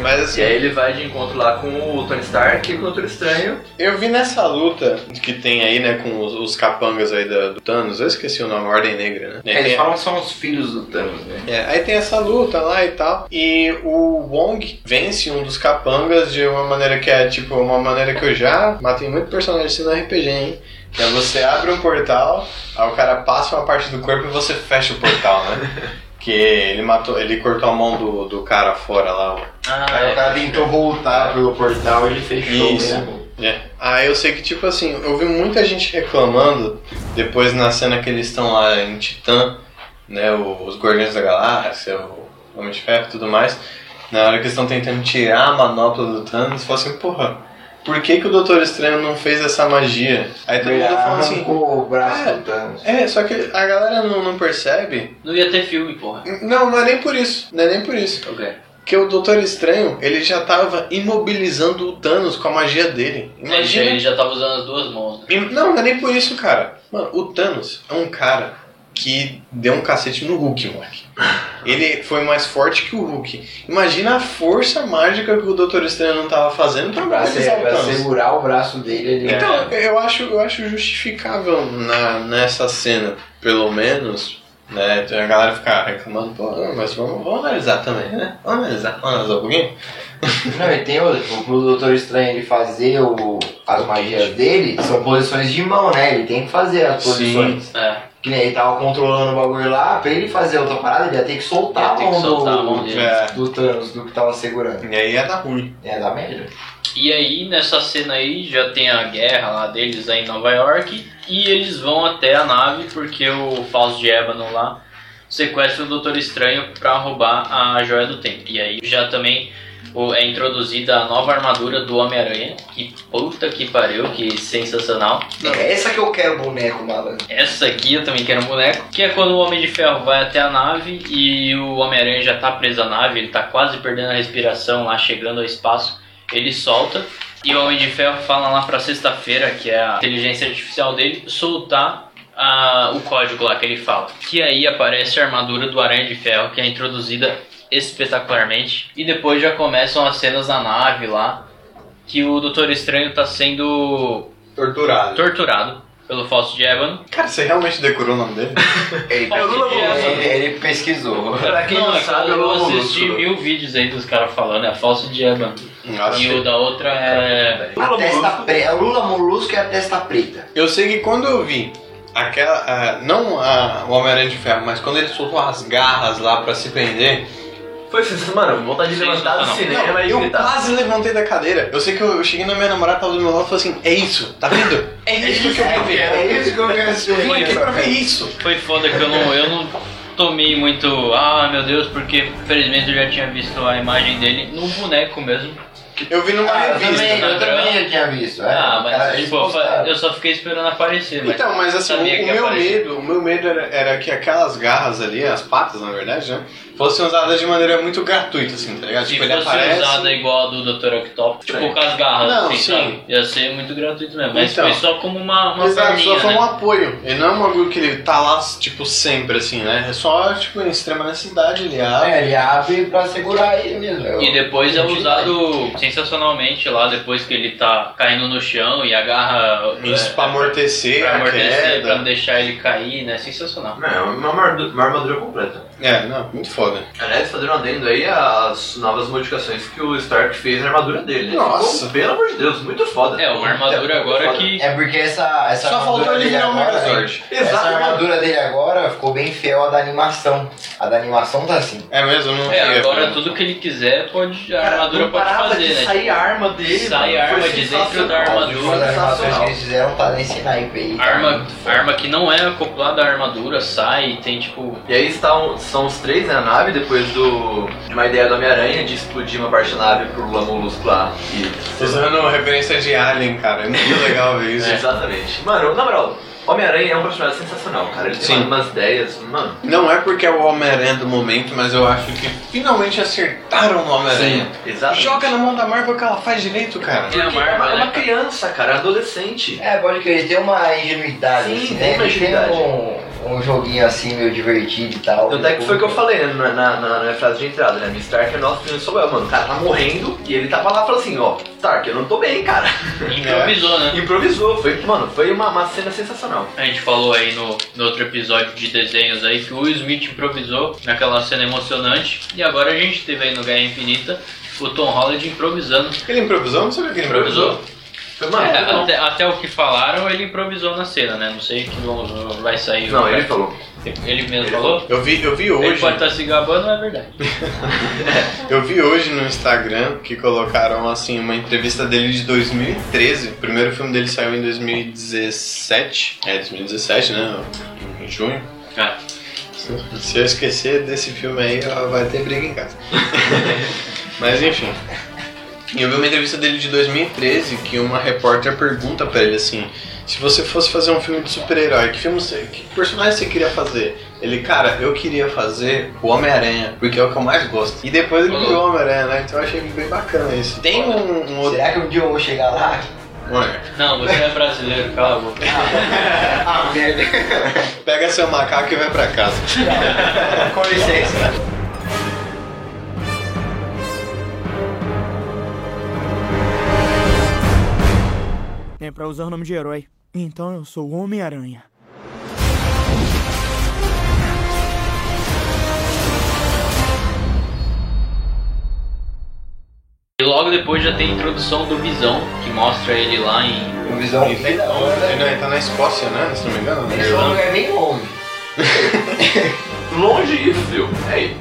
Mas
E
assim,
aí ele vai de encontro lá com o Tony Stark e com o Doutor Estranho.
eu vi nessa luta que tem aí, né, com os, os capangas aí da- do Thanos, eu esqueci o nome, Ordem Negra, né?
É, Eles
Tem-
falam que são os filhos do Thanos, né?
É, aí tem essa luta lá e tal. E o Wong vence um dos capangas de uma maneira que é tipo uma maneira que eu já matei muito personagem assim no RPG, hein? Que é você abre um portal, aí o cara passa uma parte do corpo e você fecha o portal, né? Que ele matou, ele cortou a mão do, do cara fora lá, o
Ah,
Aí o
é.
cara tentou voltar pro portal e ele fechou.
Isso.
Né?
É. Ah, eu sei que, tipo assim, eu vi muita gente reclamando depois na cena que eles estão lá em Titã, né? o- Os Guardiões da Galáxia, o Homem de Ferro e tudo mais. Na hora que eles estão tentando tirar a manopla do Thanos, falam assim, porra, por que, que o Doutor Estranho não fez essa magia? Aí todo
Ele
mundo fala assim.
arrancou o braço tá?
"Ah,
do Thanos.
É, só que a galera não, não percebe.
Não ia ter filme, porra.
Não, não é nem por isso. Não é nem por isso.
Ok.
Porque o Doutor Estranho, ele já tava imobilizando o Thanos com a magia dele. Imagina
Ele É, já tava usando as duas mãos, né?
e- Não, não é nem por isso, cara. Mano, o Thanos é um cara que deu um cacete no Hulk, moleque. Ele foi mais forte que o Hulk. Imagina a força mágica que o Doutor Estranho não tava fazendo pra
Pra,
mobilizar
ser,
o
pra
Thanos.
segurar o braço dele ali.
Então, eu acho, eu acho justificável na, nessa cena, pelo menos, né? A galera ficar reclamando, pô, não, mas vamos, vamos analisar também, né? Vamos analisar, vamos analisar um pouquinho?
Não, e tem outro, pro- pro Doutor Estranho ele fazer o, as magias dele, são posições de mão, né? Ele tem que fazer as
Sim.
posições.
É.
Que nem ele tava controlando o bagulho lá, pra ele fazer outra parada, ele ia ter que soltar,
Ia ter que
a, mão
soltar
do,
a mão dele.
É.
do Thanos, do que tava
E
segurando.
aí ia dar ruim.
É da merda.
E aí, nessa cena aí, já tem a guerra lá deles aí em Nova York. E eles vão até a nave, porque o falso de Ébano lá sequestra o Doutor Estranho pra roubar a Joia do Tempo. E aí já também o- é introduzida a nova armadura do Homem-Aranha. Que puta que pariu, que sensacional.
É essa que eu quero boneco, malandro.
Essa aqui eu também quero um boneco. Que é quando o Homem de Ferro vai até a nave e o Homem-Aranha já tá preso à nave, ele tá quase perdendo a respiração lá, chegando ao espaço. Ele solta e o Homem de Ferro fala lá pra sexta-feira, que é a inteligência artificial dele, soltar a- o código lá que ele fala. Que aí aparece a armadura do Aranha de Ferro, que é introduzida espetacularmente. E depois já começam as cenas na nave lá, que o Doutor Estranho tá sendo
Torturado.
torturado pelo falso de Ébano.
Cara, você realmente decorou o nome dele?
É,
Ele,
Eu não vou-
ele-
É.
ele pesquisou.
Pra quem não,
é que
sabe,
eu
eu amo
assisti
Molusco.
mil vídeos aí dos caras falando, é falso de Ébano.
Nossa,
E o da outra é.
A
Lula
testa
Molusco.
preta. Lula Molusco é a testa preta.
Eu sei que quando eu vi aquela. ah, não a, o Homem-Aranha de Ferro, mas quando ele soltou as garras lá pra se prender.
Foi assim, mano, vontade de
Sim, tá
levantar do
não, não.
cinema
não,
e
eu
gritar.
quase levantei da cadeira. Eu sei que eu, eu cheguei na minha namorada, tava do meu lado e falei assim: É isso, tá vendo? É isso que eu quero ver.
É isso que eu quero
Eu vim aqui pra ver
assistir.
isso.
Foi foda que eu não, eu não tomei muito. Ah, meu Deus, porque infelizmente eu já tinha visto a imagem dele no boneco mesmo.
Eu vi numa
Ah, eu também,
revista.
eu também já tinha visto. é.
né? ah,
O
mas
cara, eles
tipo,
postaram.
eu só fiquei esperando aparecer. Mas
Então, mas assim, o,
sabia
o
que
meu
aparecia.
medo, o meu medo era, era que aquelas garras ali, as patas na verdade, né? Fossem usadas de maneira muito gratuita, assim, tá
É
ligado?
Se
Tipo,
fosse
ele aparece.
usada igual a do Dr. Octopus, tipo com as garras,
Não,
assim,
sim.
sabe? Ia ser muito gratuito mesmo. Mas
Então.
foi só como uma, uma
Exato, só
perninha,
foi
né?
um apoio. Ele não é um bagulho que ele tá lá, tipo, sempre assim, né? É só, tipo, em extrema necessidade ele abre.
É, ele abre pra segurar ele mesmo. Eu-
E depois é
Entendi.
usado sensacionalmente lá, depois que ele tá caindo no chão e agarra é,
Isso pra amortecer
pra
a
amortecer, pra não
queda.
deixar ele cair, né? Sensacional.
Não, é uma armadu- uma armadura completa.
É, não, muito foda.
Aliás, fazendo um adendo aí as novas modificações que o Stark fez na armadura dele. né?
Nossa.
Ficou, pelo amor de Deus, muito foda.
É, uma armadura
É,
agora
foda.
que.
É porque essa. essa
Só faltou
armadura
ele
dele
virar o
um
agora,
Megazord.
Essa
Exato,
armadura armadura dele agora ficou bem fiel à da animação. A da animação tá assim.
É mesmo, não
É,
vi,
agora
mano.
tudo que ele quiser, pode, a
Cara,
armadura
não
pode
parava
fazer,
de
né?
sair a arma dele,
Sai
mano.
a arma
Foi
de dentro da
sensacional.
armadura.
Uma das armaduras que
Sensacional.
eles fizeram tá nesse naipe aí. tá
Arma,
muito foda.
arma que não é acoplada à armadura sai e tem tipo.
E aí está um- são os três né, na nave, depois do, de uma ideia do Homem-Aranha de explodir uma parte da nave pro Lamolus lá. E,
Usando referência de Alien, cara. É muito legal ver isso.
Exatamente. Mano, na moral, Homem-Aranha é um personagem sensacional, cara. Ele tem
Sim.
umas ideias, mano.
Não é porque é o Homem-Aranha do momento, mas eu acho que finalmente acertaram no Homem-Aranha.
Exatamente.
Joga na mão da Marvel que ela faz direito, cara.
É a
Porque é uma,
Marvel,
é
né,
uma
cara?
criança, cara, adolescente.
É, pode crer, ele tem uma ingenuidade,
Sim,
assim,
tem
né?
uma
Ele tem
ingenuidade.
um, um joguinho assim meio divertido e tal.
Tanto é que foi o que eu falei né, na, na, na- na frase de entrada, né? Mr. Stark é nosso filho, sou eu, mano. O cara tá morrendo e ele tava lá e falou assim, ó, Stark, eu não tô bem, cara.
Improvisou, né?
Improvisou, foi, mano, foi uma, uma cena sensacional.
A gente falou aí no, no outro episódio de desenhos aí que o Will Smith improvisou naquela cena emocionante. E agora a gente teve aí no Guerra Infinita o Tom Holland improvisando.
Ele improvisou? Não sabia que ele improvisou.
Improvisou?
Foi, mano,
É,
foi bom.
até, até o que falaram, ele improvisou na cena, né? Não sei que vão- vai sair.
Não, ele falou.
Ele mesmo falou?
Eu vi, eu vi
Ele
hoje.
pode estar se gabando, é verdade.
Eu vi hoje no Instagram que colocaram assim uma entrevista dele de 2013. O primeiro filme dele saiu em 2017. É, 2017, né? Em junho.
Ah.
Se eu esquecer desse filme aí, ela vai ter briga em casa. Mas enfim. E eu vi uma entrevista dele de 2013 que uma repórter pergunta pra ele assim: se você fosse fazer um filme de super-herói, que filme você, que personagem você queria fazer? Ele, cara, eu queria fazer o Homem-Aranha, porque é o que eu mais gosto. E depois ele
Uhum.
virou o Homem-Aranha, né? Então eu achei bem bacana isso. Tem um, um outro.
Será que um dia eu vou chegar lá?
Olha,
Não, você é brasileiro, cala a boca.
Ah, merda.
pega seu macaco e vai pra casa.
Com licença.
É pra usar o nome de herói. Então eu sou o Homem-Aranha.
E logo depois já tem a introdução do Visão, que mostra ele lá em.
O visão
Ele tá, ele, ele tá na Escócia, né? Se não me engano.
Ele só não é nem homem.
Longe isso, viu? Aí.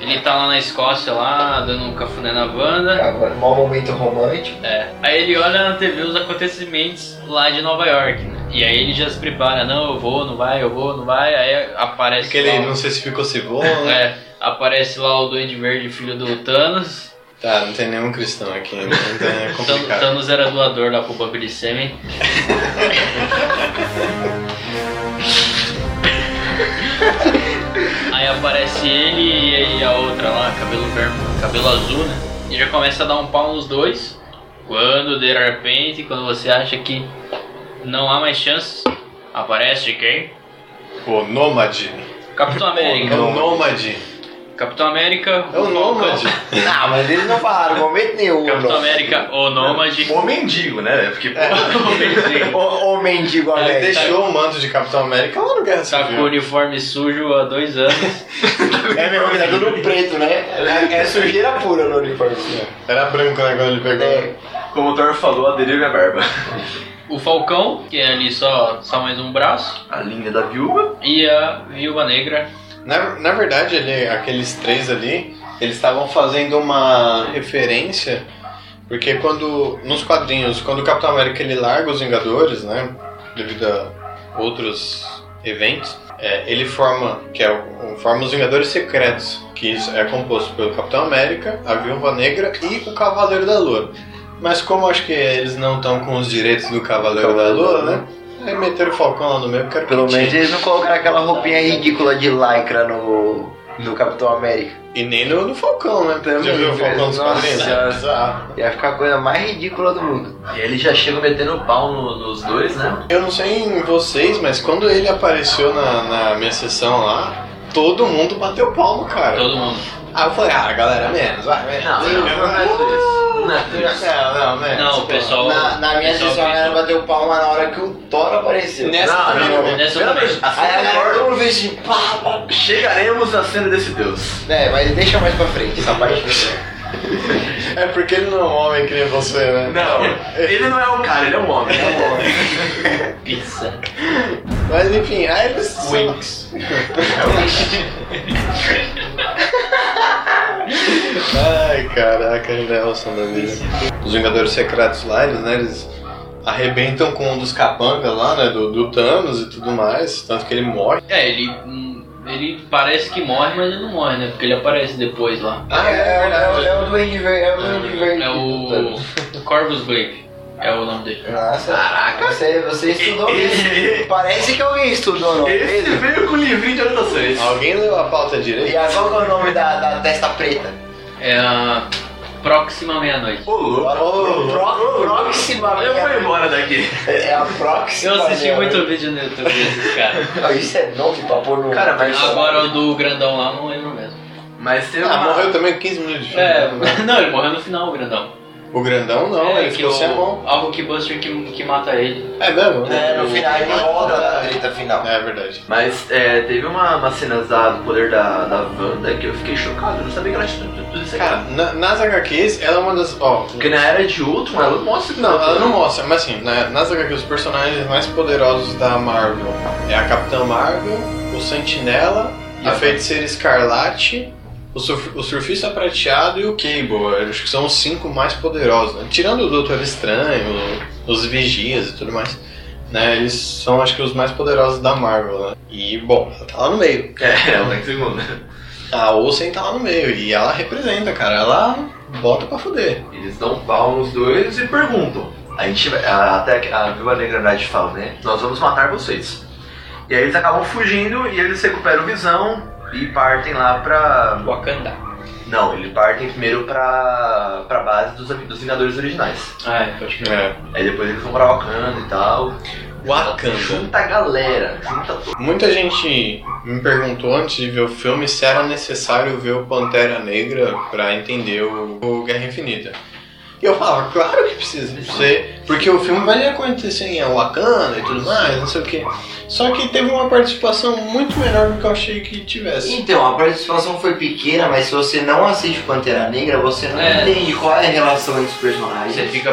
Ele tá lá na Escócia, lá, dando um cafuné na banda.
Agora, maior momento romântico.
É. Aí ele olha na TV os acontecimentos lá de Nova York, né? E aí ele já se prepara, não, eu vou, não vai, eu vou, não vai. Aí aparece.
Porque ele
lá,
não sei se ficou se voa, né?
é, aparece lá o Duende Verde, filho do Thanos.
Tá, não tem nenhum cristão aqui, né? Então é
Than-
complicado.
Thanos era doador lá pro banco de sêmen. Aí aparece ele e a outra lá, cabelo vermelho, cabelo azul, né? E já começa a dar um pau nos dois. Quando de repente, quando você acha que não há mais chances, aparece quem?
O Nômade.
Capitão
É
América.
o então, Nômade.
Capitão América.
É o Nômade.
Ah, mas eles não falaram momento nenhum.
Capitão
bro.
América,
É
o Nômade.
O mendigo, né? Porque, pô,
Ô, ô mendigo
Ele
América.
deixou é o manto de Capitão América lá no Guerra
Tá com o
Civil.
uniforme sujo há dois anos.
É mesmo, tá tudo preto, né? É, é sujeira pura no uniforme. assim,
Era branco, né? Quando ele pegou.
É.
como o Thor falou, a deriva é barba.
O Falcão, que é ali só, só mais um braço,
A linha da viúva.
e a Viúva Negra.
Na, na verdade, ele, aqueles três ali, eles estavam fazendo uma referência, porque quando nos quadrinhos, quando o Capitão América ele larga os Vingadores, né, devido a outros eventos, é, ele forma, que é o, o- forma os Vingadores Secretos, que isso é composto pelo Capitão América, a Viúva Negra e o Cavaleiro da Lua. Mas como acho que eles não estão com os direitos do Cavaleiro da Lua, né? Aí meteram o Falcão lá no meio, porque era
Pelo
quentinho.
menos eles não colocaram aquela roupinha ridícula de lycra no, no Capitão América.
E nem no, no Falcão, né?
Também,
Já viu o
velho.
Falcão dos
Nossa
quadrinhos?
Senhora.
É bizarro.
Ia ficar a coisa mais ridícula do mundo.
E ele já chega metendo o pau no- nos dois, né?
Eu não sei em vocês, mas quando ele apareceu na, na minha sessão lá, todo mundo bateu palmo, cara.
Todo mundo.
Aí eu falei, ah, galera, menos, vai, menos.
Não, não, não é isso. Não é isso.
Não, não, menos.
Não, o pessoal.
Na, na minha
o pessoal
sessão a galera
pensou-
bateu palma na hora que o Thor apareceu.
Nessa
Não,
também,
não,
né?
Nessa eu também.
Primeiramente, a
Aí a
cena do
galera todo
Thor,
mundo fez assim, pá, pá.
chegaremos à cena desse deus.
É, mas deixa mais pra frente, essa parte.
É porque ele não é um homem que nem você, né? É um
Não, ele não é um cara, ele é um homem.
Pizza.
Mas enfim, aí eles.
Winx.
Ai, caraca, Nelson da vida. Os Vingadores Secretos lá, eles, né, eles arrebentam com um dos capangas lá, né, do, do Thanos e tudo mais, tanto que ele morre.
É, ele. hum, Ele parece que morre, mas ele não morre, né? Porque ele aparece depois lá.
Ah,
é, o- é o Duende Verde. É o Duende Verde.
É o. Corvus Glaive. É o nome dele.
Nossa, Você, você estudou mesmo. Parece que alguém estudou, não é
Esse
mesmo?
veio com o livrinho de anotações.
Alguém leu a pauta
E
direito?
a- qual que é o nome da, da testa preta?
É a. Próxima meia-noite.
Ô, louco.
Pro, próxima,
Eu vou
minha-
embora daqui.
É a próxima.
Eu assisti
minha-
muito vídeo no YouTube desses caras.
Ah, Isso é novo pra pôr no.
Cara, mas-
Agora o do grandão lá não lembro mesmo.
Mas teve
Ah,
uma-
morreu também 15 minutos de filme.
É, não, ele morreu no final, o grandão.
O grandão não,
é,
ele
que
ficou sem a mão.
o, a Hulkbuster que, que mata ele.
É mesmo?
É, no final ele roda na treta final.
É verdade.
Mas é, teve uma, uma cena da- do poder da, da Wanda que eu fiquei chocado, eu não sabia que ela tinha tudo tudo isso aqui.
Cara, na- nas HQs, ela é uma das. Ó,
Porque na era de Ultron ela não mostra que
Não,
tá
ela não
tudo.
mostra, mas assim, na- nas HQ, os personagens mais poderosos da Marvel é a Capitã Marvel, o Sentinela,
E
a
a-
Feiticeira Escarlate, o, surf- o Surfista Prateado e o Cable. Eu Acho que são os cinco mais poderosos, né? Tirando o Doutor Estranho, os Vigias e tudo mais. Né, eles são, acho que, os mais poderosos da Marvel, né? E, bom, ela tá lá no meio.
É, ela é segunda.
A Olsen tá lá no meio e ela representa, cara. Ela bota pra fuder.
Eles dão pau nos dois e perguntam. A gente vai. a- Até que a Viúva Negra Night fala, né? Nós vamos matar vocês. E aí eles acabam fugindo e eles recuperam visão e partem lá pra.
Wakanda.
Não, eles partem primeiro pra, pra base dos, dos Vingadores originais.
Ah, é, pode crer.
É.
Aí depois eles vão pra Wakanda e tal.
Wakanda.
Junta a galera, junta todo.
Muita gente me perguntou antes de ver o filme se era necessário ver o Pantera Negra pra entender o, o Guerra Infinita. E eu falava, claro que precisa ser, porque o filme vai acontecer em Wakanda e tudo mais, não sei o que. Só que teve uma participação muito menor do que eu achei que tivesse.
Então, a participação foi pequena, mas se você não assiste Pantera Negra, você não
É.
entende qual é a relação entre os personagens
Você fica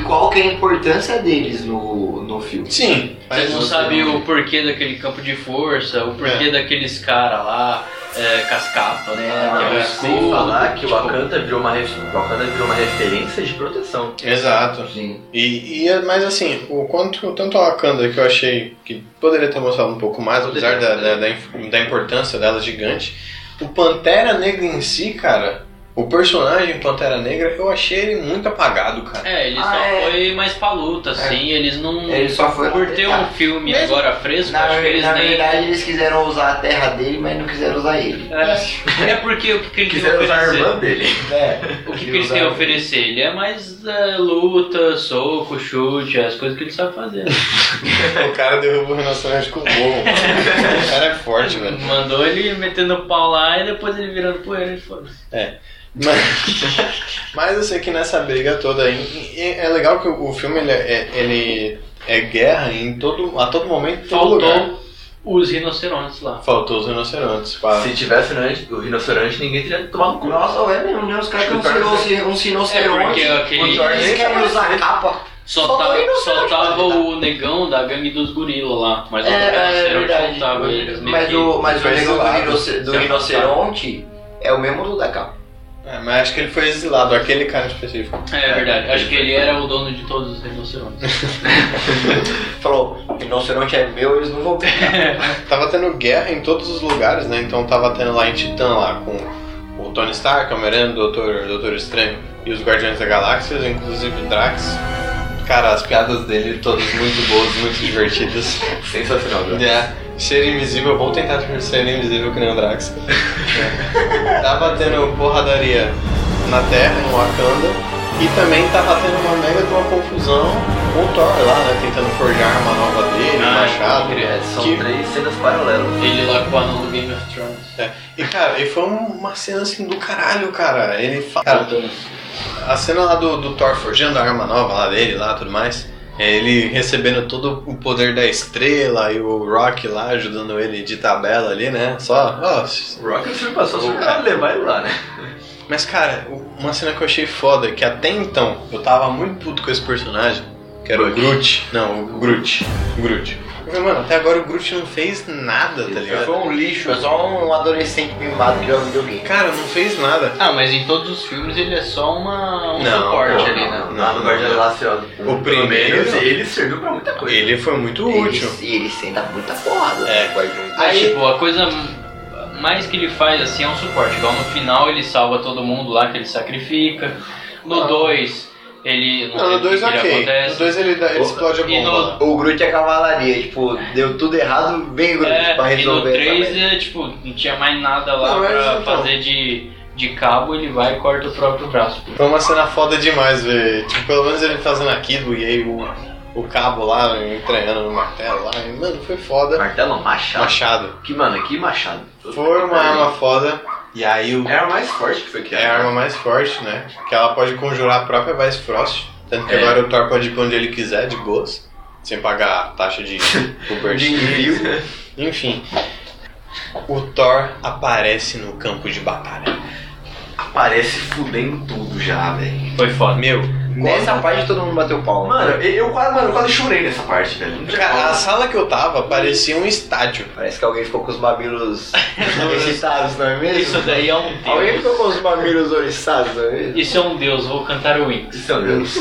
e qual que é a importância deles no, no filme.
Sim,
Você não sabe o porquê daquele campo de força, o porquê daqueles caras lá, é, cascapa, né?
É,
que é o
mas
escudo,
Sem falar que o
tipo,
Wakanda virou uma, ref- o Wakanda virou uma referência de proteção.
Exato.
Sim.
E, e- mas assim, o quanto tanto a Wakanda que eu achei que poderia ter mostrado um pouco mais, apesar da, da, da inf- da importância dela gigante, o Pantera Negra em si, cara, o personagem Pantera Negra, eu achei ele muito apagado, cara.
É, ele
Ah,
só
é.
foi mais pra luta, assim, eles não.
Ele só foi.
Por ter um
Ah,
filme
Mesmo-
agora fresco,
na,
acho que eles
na
nem.
verdade, eles quiseram usar a terra dele, mas não quiseram usar ele.
É, é porque o que, que ele tem a
Quiseram usar a
oferecer?
irmã dele.
É.
O que, que eles têm a oferecer? Ele é mais é, luta, soco, chute, as coisas que ele sabe fazer. né?
O cara derrubou o rinoceronte com o gol. o cara é forte, velho.
Mandou ele metendo pau lá e depois ele virando poeira e foda-se.
Mas, mas eu sei que nessa briga toda aí, e- é legal que o o filme ele é, ele é guerra em todo, a todo momento, em todo lugar.
Faltou os rinocerontes lá.
Faltou os rinocerontes, pá.
Se tivesse o rinoceronte, ninguém teria tomado cu.
Nossa, é mesmo, né? Os caras conseguiram um
É
sinoceronte.
porque aquele.
Thor
Eles querem usar a capa.
Só,
Só
tava,
tem
só
rinoceronte.
tava o negão da gangue dos gorila lá, mas
É,
o
é,
rinoceronte
verdade.
não tava. eles meio
Mas
que-
o, mas o
foi
negão do,
isolado.
rinoce- do
Você
rinoceronte é o mesmo do da capa.
É, mas acho que ele foi exilado, aquele cara em específico.
É verdade, acho que ele era o dono de todos os rinocerontes.
Falou, rinoceronte é meu, eles não vão pegar.
Tava tendo guerra em todos os lugares, né? Então tava tendo lá em Titã, lá com o Tony Stark, o Homem-Aranha, o Doutor, o Doutor Estranho e os Guardiões da Galáxia, inclusive o Drax. Cara, as piadas dele todas muito boas, muito divertidas.
Sensacional, velho.
É, ser invisível, vou tentar ser invisível que nem o Drax. tava tendo porradaria na Terra, em Wakanda, e também tava tendo uma mega de uma confusão com o Thor lá, né? Tentando forjar uma nova dele, um machado.
ele,
Ah, é, São
Que-
três cenas paralelas.
ele lá com o anão do Game of Thrones.
E cara, e foi um- uma cena assim do caralho, cara. Ele fala.
Ah.
Cara, a cena lá do, do Thor forjando a arma nova lá dele lá tudo mais. é Ele recebendo todo o poder da estrela e o Rock lá ajudando ele de tabela ali, né? Só, ó,
O Rock o filme passou só pra levar ele lá, né?
é Mas, cara, o- uma cena que eu achei foda, que até então eu tava muito puto com esse personagem, que era o Groot. Não, o Groot. Groot. Eu falei, Mano, até agora o Groot não fez nada, tá
Foi
ligado?
um lixo, é só um adolescente mimado que joga videogame.
Cara, não fez nada.
Ah, mas em todos os filmes ele é só uma, um
Não,
suporte
não,
ali, né?
não,
Lá no Guardiões da Galáxia,
O primeiro,
pelo menos, né? ele serviu pra muita coisa.
Ele foi muito útil.
Ele, ele senta muita porrada.
É, Guardiões.
Mas,
Aí-
tipo, a coisa mais que ele faz assim é um suporte. Igual no final ele salva todo mundo lá que ele sacrifica. No 2, ele. Não,
Ah. Não,
sei
no
o que
2
que ele
ok. No é
acontece.
2 ele, dá- ele
O-
explode a
e
bomba.
no-
lá.
O Groot é cavalaria, tipo, deu tudo errado, bem Groot, pra
É, e no
resolver. essa
3,
merda.
é, tipo, não tinha mais nada lá
Não, mas
pra
então-
fazer de, de cabo, ele vai e corta o próprio braço.
Foi uma cena foda demais ver. Tipo, pelo menos ele fazendo aquilo e aí o, o cabo lá entranhando no martelo lá. E, mano, foi foda.
Martelo machado.
Machado.
Que, mano, que machado.
Foi uma arma foda. E aí o
É a arma mais forte que foi
é a
criada.
arma mais forte, né? Que ela pode conjurar a própria Vice Frost. Tanto que
É.
agora o Thor pode ir pra onde ele quiser, de boas. Sem pagar a taxa de
De
cobertura.
envio.
Enfim. O Thor aparece no campo de batalha.
Aparece fudendo tudo já, velho.
Foi foda.
Meu,
Nessa parte todo mundo bateu pau.
Mano, eu, eu quase, mano, eu quase chorei nessa parte, velho. Não tinha
cara, a
como.
sala que eu tava parecia um estádio.
Parece que alguém ficou com os mamilos excitados, não é mesmo?
Isso daí é um
Alguém
deus.
ficou com os mamilos oriçados, não é mesmo?
Isso é um deus, vou cantar o hino.
Meu Deus.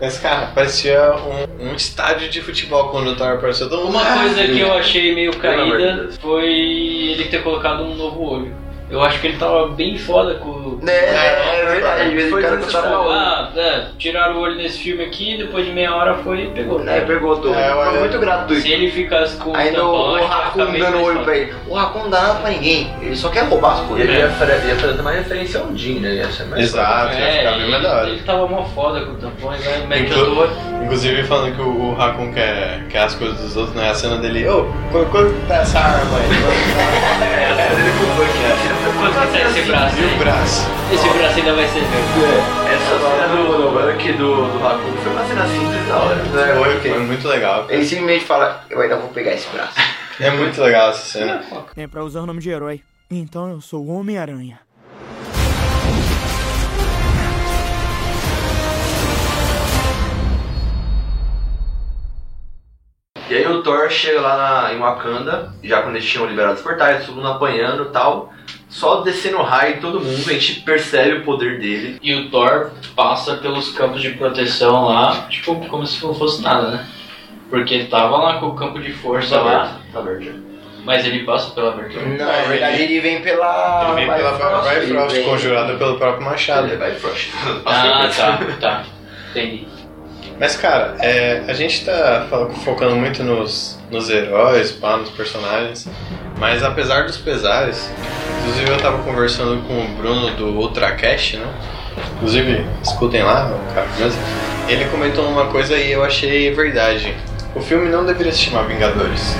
Mas, cara, parecia um, um estádio de futebol quando o Thor apareceu. Todo mundo,
Uma
"Ah!"
coisa que eu achei meio
Pelo amor de
caída
Deus.
foi ele ter colocado um novo olho. Eu acho que ele tava bem foda com o.
É, é, verdade, de vez em
Foi
quando tá eu tava
desnecessário.
Ah, é, tiraram o olho nesse filme aqui, depois de meia hora foi e pegou. né?
É, pegou tudo.
É,
Foi
olha-
muito gratuito.
Se ele ficasse com
Aí no,
tampão,
o
acho que ia ficar
Raccoon
meio
dando
mais
olho
foda.
pra ele. O Raccoon não dá nada pra ninguém. Ele só quer roubar as
E ele
coisas.
ia, fazer, ia fazer uma referência ao Jim, né? Ia ser mais
Exato, ia
É,
ficar bem mais da
ele,
hora.
ele tava mó foda com o tampão, ele vai mete
Inclu-
o olho.
Inclusive falando que o, o Raccoon quer, quer as coisas dos outros, né? A cena dele, ô, qu- quanto tá essa arma aí?
É,
Quanto que tá esse braço?
E o
aí?
braço?
Esse braço ainda vai ser meu.
Essa cena do Buck do, do Raccoon foi uma cena simples da hora.
É,
Foi,
ok.
foi muito legal.
Ele simplesmente fala, eu ainda vou pegar esse braço.
É muito legal essa cena.
É pra usar o nome de herói. Então eu sou o Homem-Aranha.
E aí o Thor chega lá na- em Wakanda, já quando eles tinham liberado os portais, todo mundo apanhando e tal. Só descendo o raio em todo mundo, a gente percebe o poder dele.
E o Thor passa pelos campos de proteção lá, tipo, como se não fosse nada, né? Porque ele tava lá com o campo de força lá, Hum.
Tá aberto. já.
mas ele passa pela abertura.
Não,
É,
na verdade ele vem pela.
Ele vem pela Vai Frost, conjurada pelo próprio
Ele
Machado.
vai frouxo.
Ah, tá, tá. Entendi.
Mas, cara, é, a gente tá fo- focando muito nos, nos heróis, pá, nos personagens. Mas apesar dos pesares, inclusive eu tava conversando com o Bruno do Ultracast, né? Inclusive, escutem lá, o cara mesmo. Ele comentou uma coisa e eu achei verdade. O filme não deveria se chamar Vingadores.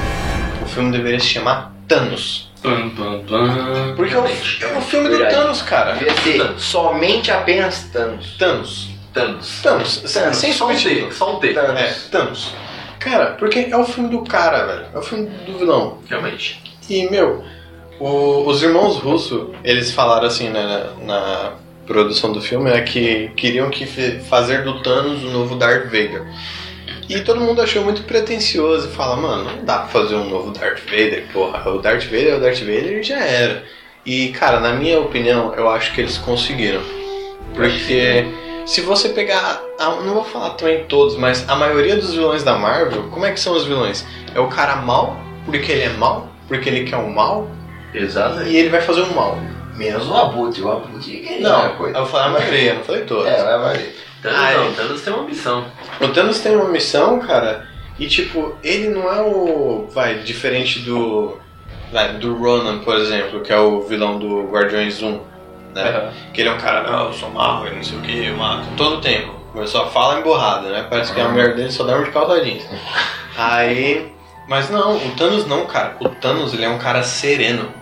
O filme deveria se chamar Thanos.
Pam, pam, pam.
Porque é o, é o filme do
Verdade.
Thanos, cara.
Devia ser somente apenas Thanos.
Thanos.
Thanos.
Thanos. Thanos. Sem
Thanos. Só um
subtítulo.
T, só um T.
Thanos.
É, Thanos. Cara, porque é o filme do cara, velho. É o filme do vilão.
Realmente.
E, meu, o- os irmãos Russo, eles falaram assim né, na, na produção do filme, é que queriam que fe- fazer do Thanos o novo Darth Vader. E todo mundo achou muito pretencioso e fala, mano, não dá pra fazer um novo Darth Vader, porra. O Darth Vader é o Darth Vader e já era. E, cara, na minha opinião, eu acho que eles conseguiram. Porque se você pegar, a- não vou falar também todos, mas a maioria dos vilões da Marvel, como é que são os vilões? É o cara mal, porque ele é mal, porque ele quer o mal,
Exato.
e ele vai fazer o mal.
Menos o Abutre. O Abutre que é
Não,
coisa.
eu falei a maioria, não falei todas.
É, vai valer.
Thanos
Ai.
não, Thanos tem uma missão.
O Thanos tem uma missão, cara, e tipo, ele não é o. Vai, diferente do. Vai, do Ronan, por exemplo, que é o vilão do Guardiões 1. Né? Que ele é um cara, não, eu sou mal, eu não sei o que, eu mato. Todo tempo. Mas só fala emborrada, né? Parece que a mulher dele só dorme de calça jeans. Aí. Mas não, o Thanos não, cara. O Thanos, ele é um cara sereno.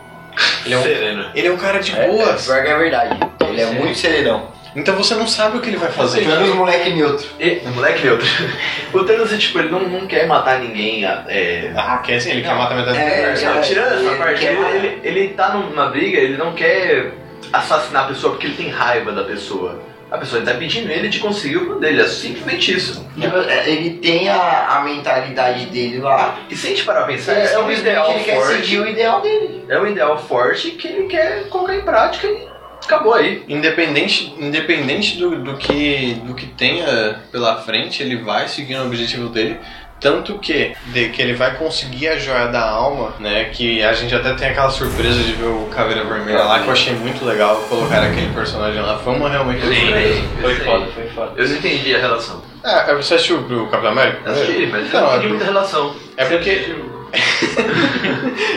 Ele é um,
Sereno.
ele é um cara de
É, é,
boas.
pior que é verdade. Ele é
Sim.
muito serenão.
Então você não sabe o que ele vai fazer.
Thanos é um moleque neutro.
E, moleque neutro. O Thanos, tipo, ele não, não quer matar ninguém. É,
Ah, quer assim, ele quer matar metade do
É,
universo.
Não, tirando essa
Ele
parte,
quer
ele,
matar.
ele, ele tá numa briga, ele não quer assassinar a pessoa porque ele tem raiva da pessoa. A pessoa está impedindo ele de conseguir o plano dele. É simplesmente isso.
Tipo, é, ele tem a, a mentalidade dele lá.
E se a gente parar pra pensar,
É,
é um
simplesmente
ideal
ele quer seguir
forte.
o ideal dele.
É um ideal forte que ele quer colocar em prática e acabou aí.
Independente, independente do, do, que, do que tenha pela frente, ele vai seguir o objetivo dele. Tanto que, de, que ele vai conseguir a joia da alma, né? Que a gente até tem aquela surpresa de ver o Caveira Vermelha lá, que eu achei muito legal colocar aquele personagem lá. Foi uma realmente. surpresa.
Foi
Sim.
foda, foi foda.
Eu não entendi a relação.
É, você assistiu o Capitão América?
Eu assisti, mas
Não,
eu não
é
entendi muita relação.
É porque-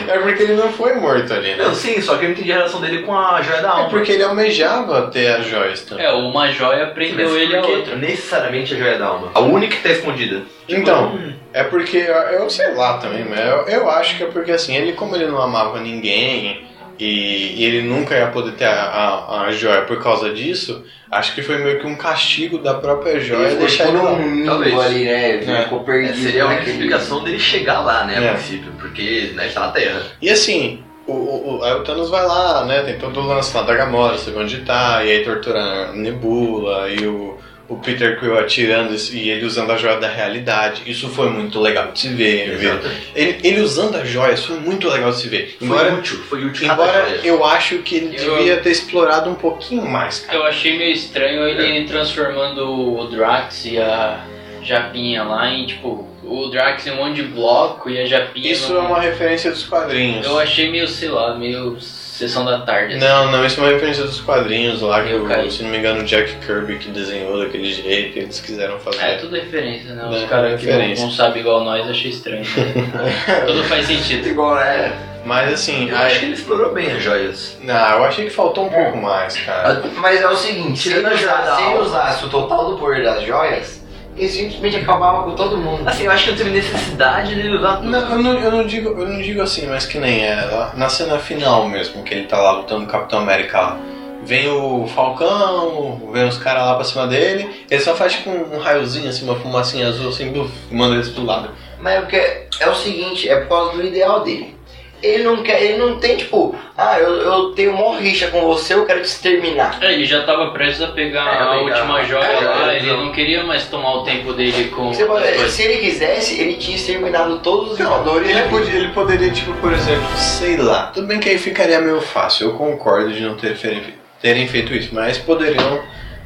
É porque ele não foi morto ali, né?
Não, sim, só que eu não entendi a relação dele com a joia da
É
alma.
porque ele almejava ter a joias também.
É, uma joia prendeu ele é a
Porque
outra.
Necessariamente a joia da alma. A única que tá escondida.
Então, é porque eu, eu sei lá também, mas eu, eu acho que é porque assim, ele como ele não amava ninguém e, e ele nunca ia poder ter a, a, a joia por causa disso, acho que foi meio que um castigo da própria joia
ele
deixar
ficou
ele lá.
num
Talvez.
limbo ali, né? Ele
É.
ficou
É,
perdido. né,
seria uma
naquele-
explicação dele chegar lá, né, a
É.
princípio. Porque, né, ele tá na Terra.
E assim, o, o, o- aí o Thanos vai lá, né? Tem todo o lance lá da Gamora, sabe onde tá, e aí tortura a Nebula e o, o Peter Quill atirando e ele usando a joia da realidade. Isso foi muito legal de se ver. viu? Ele, ele usando as joias foi muito legal de se ver.
Foi
Embora,
útil, foi útil. cada
embora
joia.
eu acho que ele
Eu-
devia ter explorado um pouquinho mais, cara.
Eu achei meio estranho
É.
ele transformando o Drax e a Japinha lá em, tipo, o Drax em um monte de bloco e a Japinha.
Isso é
num-
uma referência dos quadrinhos.
Eu achei meio, sei lá, meio sessão da tarde. assim.
Não, não, isso é uma referência dos quadrinhos lá, que
Eu
o-
caí.
se não me engano o Jack Kirby que desenhou daquele jeito, eles quiseram fazer.
É tudo referência, né? Os
É,
caras que não,
referência.
não sabem igual nós, achei estranho. né? tudo faz sentido.
Igual, né?
Mas assim,
Eu
aí-
é, acho que ele explorou bem as joias.
Não, eu achei que faltou um pouco mais, cara.
Mas é o seguinte, se ele,
Tirando a joia da
usasse, se ele
alma.
usasse o total do poder das joias, ele simplesmente acabava com todo mundo.
Assim, eu acho que não teve necessidade dele usar tudo.
Não, eu não, eu não digo, eu não digo assim, mas que nem é. lá Na cena final mesmo, que ele tá lá lutando com o Capitão América lá. Vem o Falcão, vem os caras lá pra cima dele, ele só faz tipo um raiozinho, assim, uma fumacinha azul, assim, buf, manda eles pro lado.
Mas é porque é o seguinte, é por causa do ideal dele. Ele não quer, ele não tem tipo, ah, eu, eu tenho mó rixa com você, eu quero te exterminar.
É, Ele já tava prestes a pegar
É,
a
pegar-
última joia
é,
lá,
é,
ele
não.
não queria mais tomar o tempo dele com
Você pode-
outras coisas.
se ele quisesse, ele tinha exterminado todos os né?
Não,
jogadores.
Então, ele, podia- ele poderia, tipo, por exemplo, sei lá. Tudo bem que aí ficaria meio fácil, eu concordo de não ter fe- terem feito isso, mas poderiam.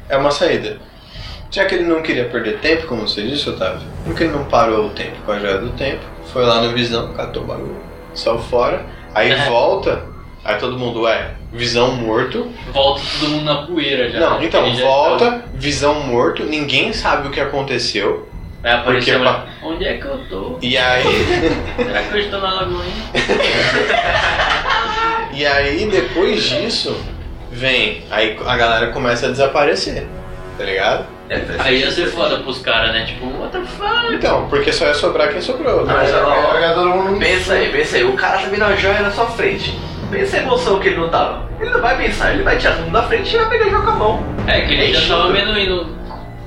É uma saída. Já que ele não queria perder tempo, como você disse, Otávio, porque ele não parou o tempo com a joia do tempo, foi lá no Visão, catou o bagulho, saiu fora, aí
É.
volta, aí todo mundo, ué, Visão morto.
Volta todo mundo na poeira já.
Não,
né?
então,
Ele já
volta, Visão morto, ninguém sabe o que aconteceu,
tava- Aí apareceu
Porque,
lá, onde é que eu tô?
e aí.
Será que eu estou na lagoinha?
E aí, depois disso, vem. Aí a galera começa a desaparecer, tá ligado?
É, faz
Aí ia
sentido.
ser foda pros caras, né? Tipo, what the fuck?
Então, porque só ia sobrar quem sobrou.
Ah, mas
Né?
ela-
Agora todo mundo
Pensa aí, pensa aí. O cara tá vendo a joia na sua frente. Pensa a emoção que ele não tava. Ele não vai pensar, ele vai tirar todo mundo da frente e vai pegar a joia com a mão.
É que ele
É
já
chuva.
tava vendo indo.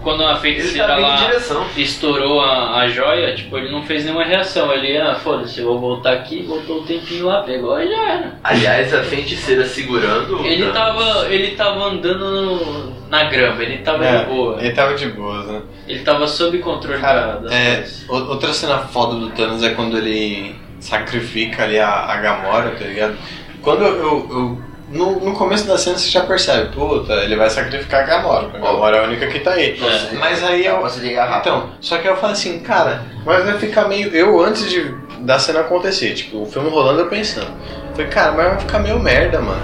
Quando a
Ele
feiticeira
tá vindo em
lá
direção.
estourou a, a joia, tipo, ele não fez nenhuma reação. Ele, ah, foda-se, eu vou voltar aqui, voltou o tempinho lá, pegou e já era.
Aliás, a feiticeira segurando. o
Ele
Thanos.
tava, ele tava andando no- na grama, ele tava
É.
de boa.
Ele tava de boas, né?
Ele tava sob controle da,
Cara,
das
é,
coisas.
o- outra cena foda do Thanos é quando ele sacrifica ali a, a Gamora, tá ligado? Quando eu. eu- eu- no, no começo da cena você já percebe, puta, ele vai sacrificar a Gamora, porque a Gamora é a única que tá aí.
Nossa,
Mas aí
Dá
eu,
pra se ligar rápido.
Então, só que eu falo assim, cara, mas vai ficar meio. Eu antes de da cena acontecer, tipo, o filme rolando eu pensando. Falei, cara, mas vai ficar meio merda, mano.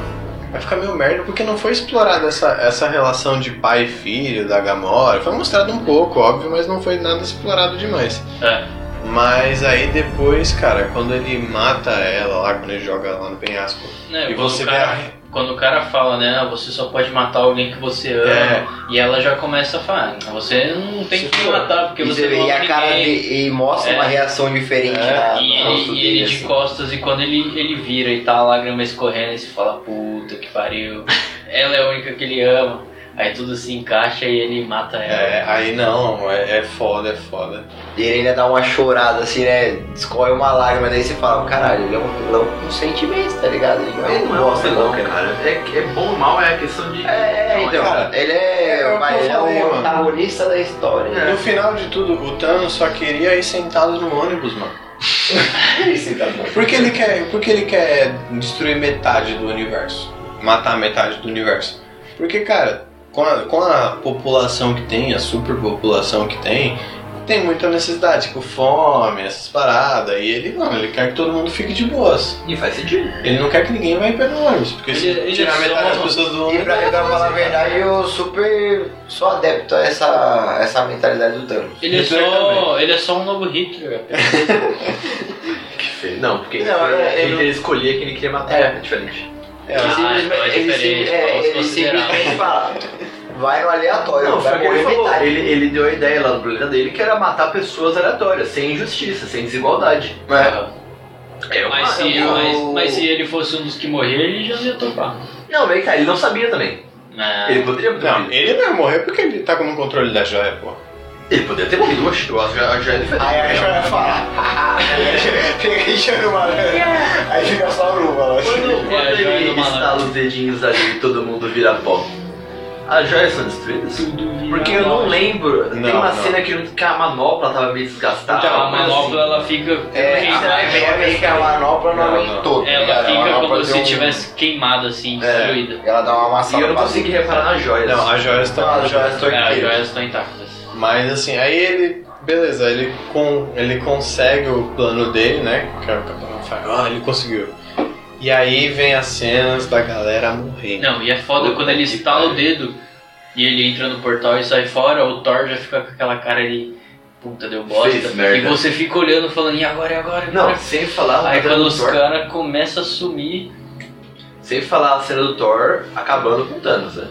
Vai ficar meio merda porque não foi explorada essa, essa relação de pai e filho da Gamora. Foi mostrado um pouco, óbvio, mas não foi nada explorado demais.
É.
Mas aí depois, cara, quando ele mata ela lá, quando ele joga lá no penhasco.
Né,
e
quando
você
o
vê
cara-
a
Quando o cara fala, né, ah, você só pode matar alguém que você ama,
É.
e ela já começa a falar, "Ah, você não tem
Você
que
foi.
matar, porque
E
você
você vê
não é
e
ama
é a cara
ninguém.
dele e mostra
É.
uma reação diferente
É.
na,
E
no
ele,
rosto
e
dele.
ele tipo, de
assim.
costas, e quando ele, ele vira e tá a lágrima escorrendo, e se fala, puta que pariu, ela é a única que ele ama. Aí tudo se encaixa e ele mata ela.
É, aí não, é, é foda, é foda.
E ele ainda dá uma chorada assim, né? Descorre uma lágrima, daí você fala, caralho, ele é um vilão com sentimentos, tá ligado? Ele não é
Ele
um
não é um
bosta,
vilão,
não,
cara. É, que- é bom ou mal, é a questão de.
É, então,
cara.
ele é,
É o que
vai,
eu
ele é
falei,
o
mano.
protagonista da história. né?
No final de tudo, o Thanos só queria ir sentado no ônibus, mano. Por que ele quer, por que ele quer destruir metade do universo? Matar metade do universo? Porque, cara, com a, com a população que tem, a superpopulação que tem, tem muita necessidade, tipo fome, essas paradas. E ele não, ele quer que todo mundo fique de boas.
E faz sentido.
Ele não quer que ninguém vá em pé no ônibus, porque se
Ele- ele
tirar
só-
metade das pessoas do
E
ônibus.
pra, pra falar a verdade, eu super sou adepto a essa, essa mentalidade do Thanos.
Ele, é
Hitler
só, ele é só um novo Hitler.
É.
apenas.
é Que feio. Não, porque
Não,
ele,
é,
ele
ele-
escolhia quem ele queria matar.
É.
É, diferente.
É,
Ah, então é
simplesmente- ele
diferente,
sim- é,
vamos
ele
considerar.
simplesmente fala, vai no aleatório,
Não, foi
vai
o que ele
morrer
falou.
metade.
Ele, ele deu a ideia lá no planeta dele que era matar pessoas aleatórias, sem injustiça, sem
Ah,
desigualdade. É uma-
Mas se,
é uma-
mas, mas se ele fosse um dos que morrer, ele já ia topar.
Não, bem, cara, ele não sabia também.
Ah,
Ele poderia ter
Não,
morrido.
ele não morreu porque ele tá com o controle da joia, pô.
Ele poderia ter morrido. Oxe, eu acho que a Joia é diferente.
Aí a Joia fala, pega e chama o malandro, aí fica só né? o malandro.
Quando,
É, a
quando
joia
ele
do malandro.
estala os dedinhos ali e todo mundo vira pó, as joias são destruídas? Porque eu não lembro. Tem
Não,
uma
não.
cena que, que a manopla tava meio desgastada. assim?
Então, a
mas
manopla ela fica.
assim. É,
ela
a Joia meio que a manopla não
Não, não.
aguentou, tá
É, ela
ligado? A
fica
manopla
como
deu
se
um-
tivesse queimada assim,
É.
destruída.
Ela dá uma
E
maçã
eu não consegui reparar nas joias.
Não, as joias estão.
Não, as joias estão
É, as
inteiras.
joias estão intactas.
Mas assim, aí ele. Beleza, ele, com, ele consegue o plano dele, né? Que é o Capitão Marvel. Ah, ele conseguiu. E aí vem as cenas da galera morrendo.
Não, e é foda
Puta
quando ele
que
estala o
pariu.
dedo e ele entra no portal e sai fora, o Thor já fica com aquela cara ali. Puta, deu bosta.
Fez
e
merda.
você fica olhando falando, e agora, e agora? E
Não,
agora?
sem falar. a
Aí
cena
quando
do
os
Thor-
caras começam a sumir,
Sem falar a cena do Thor acabando com o Thanos, né?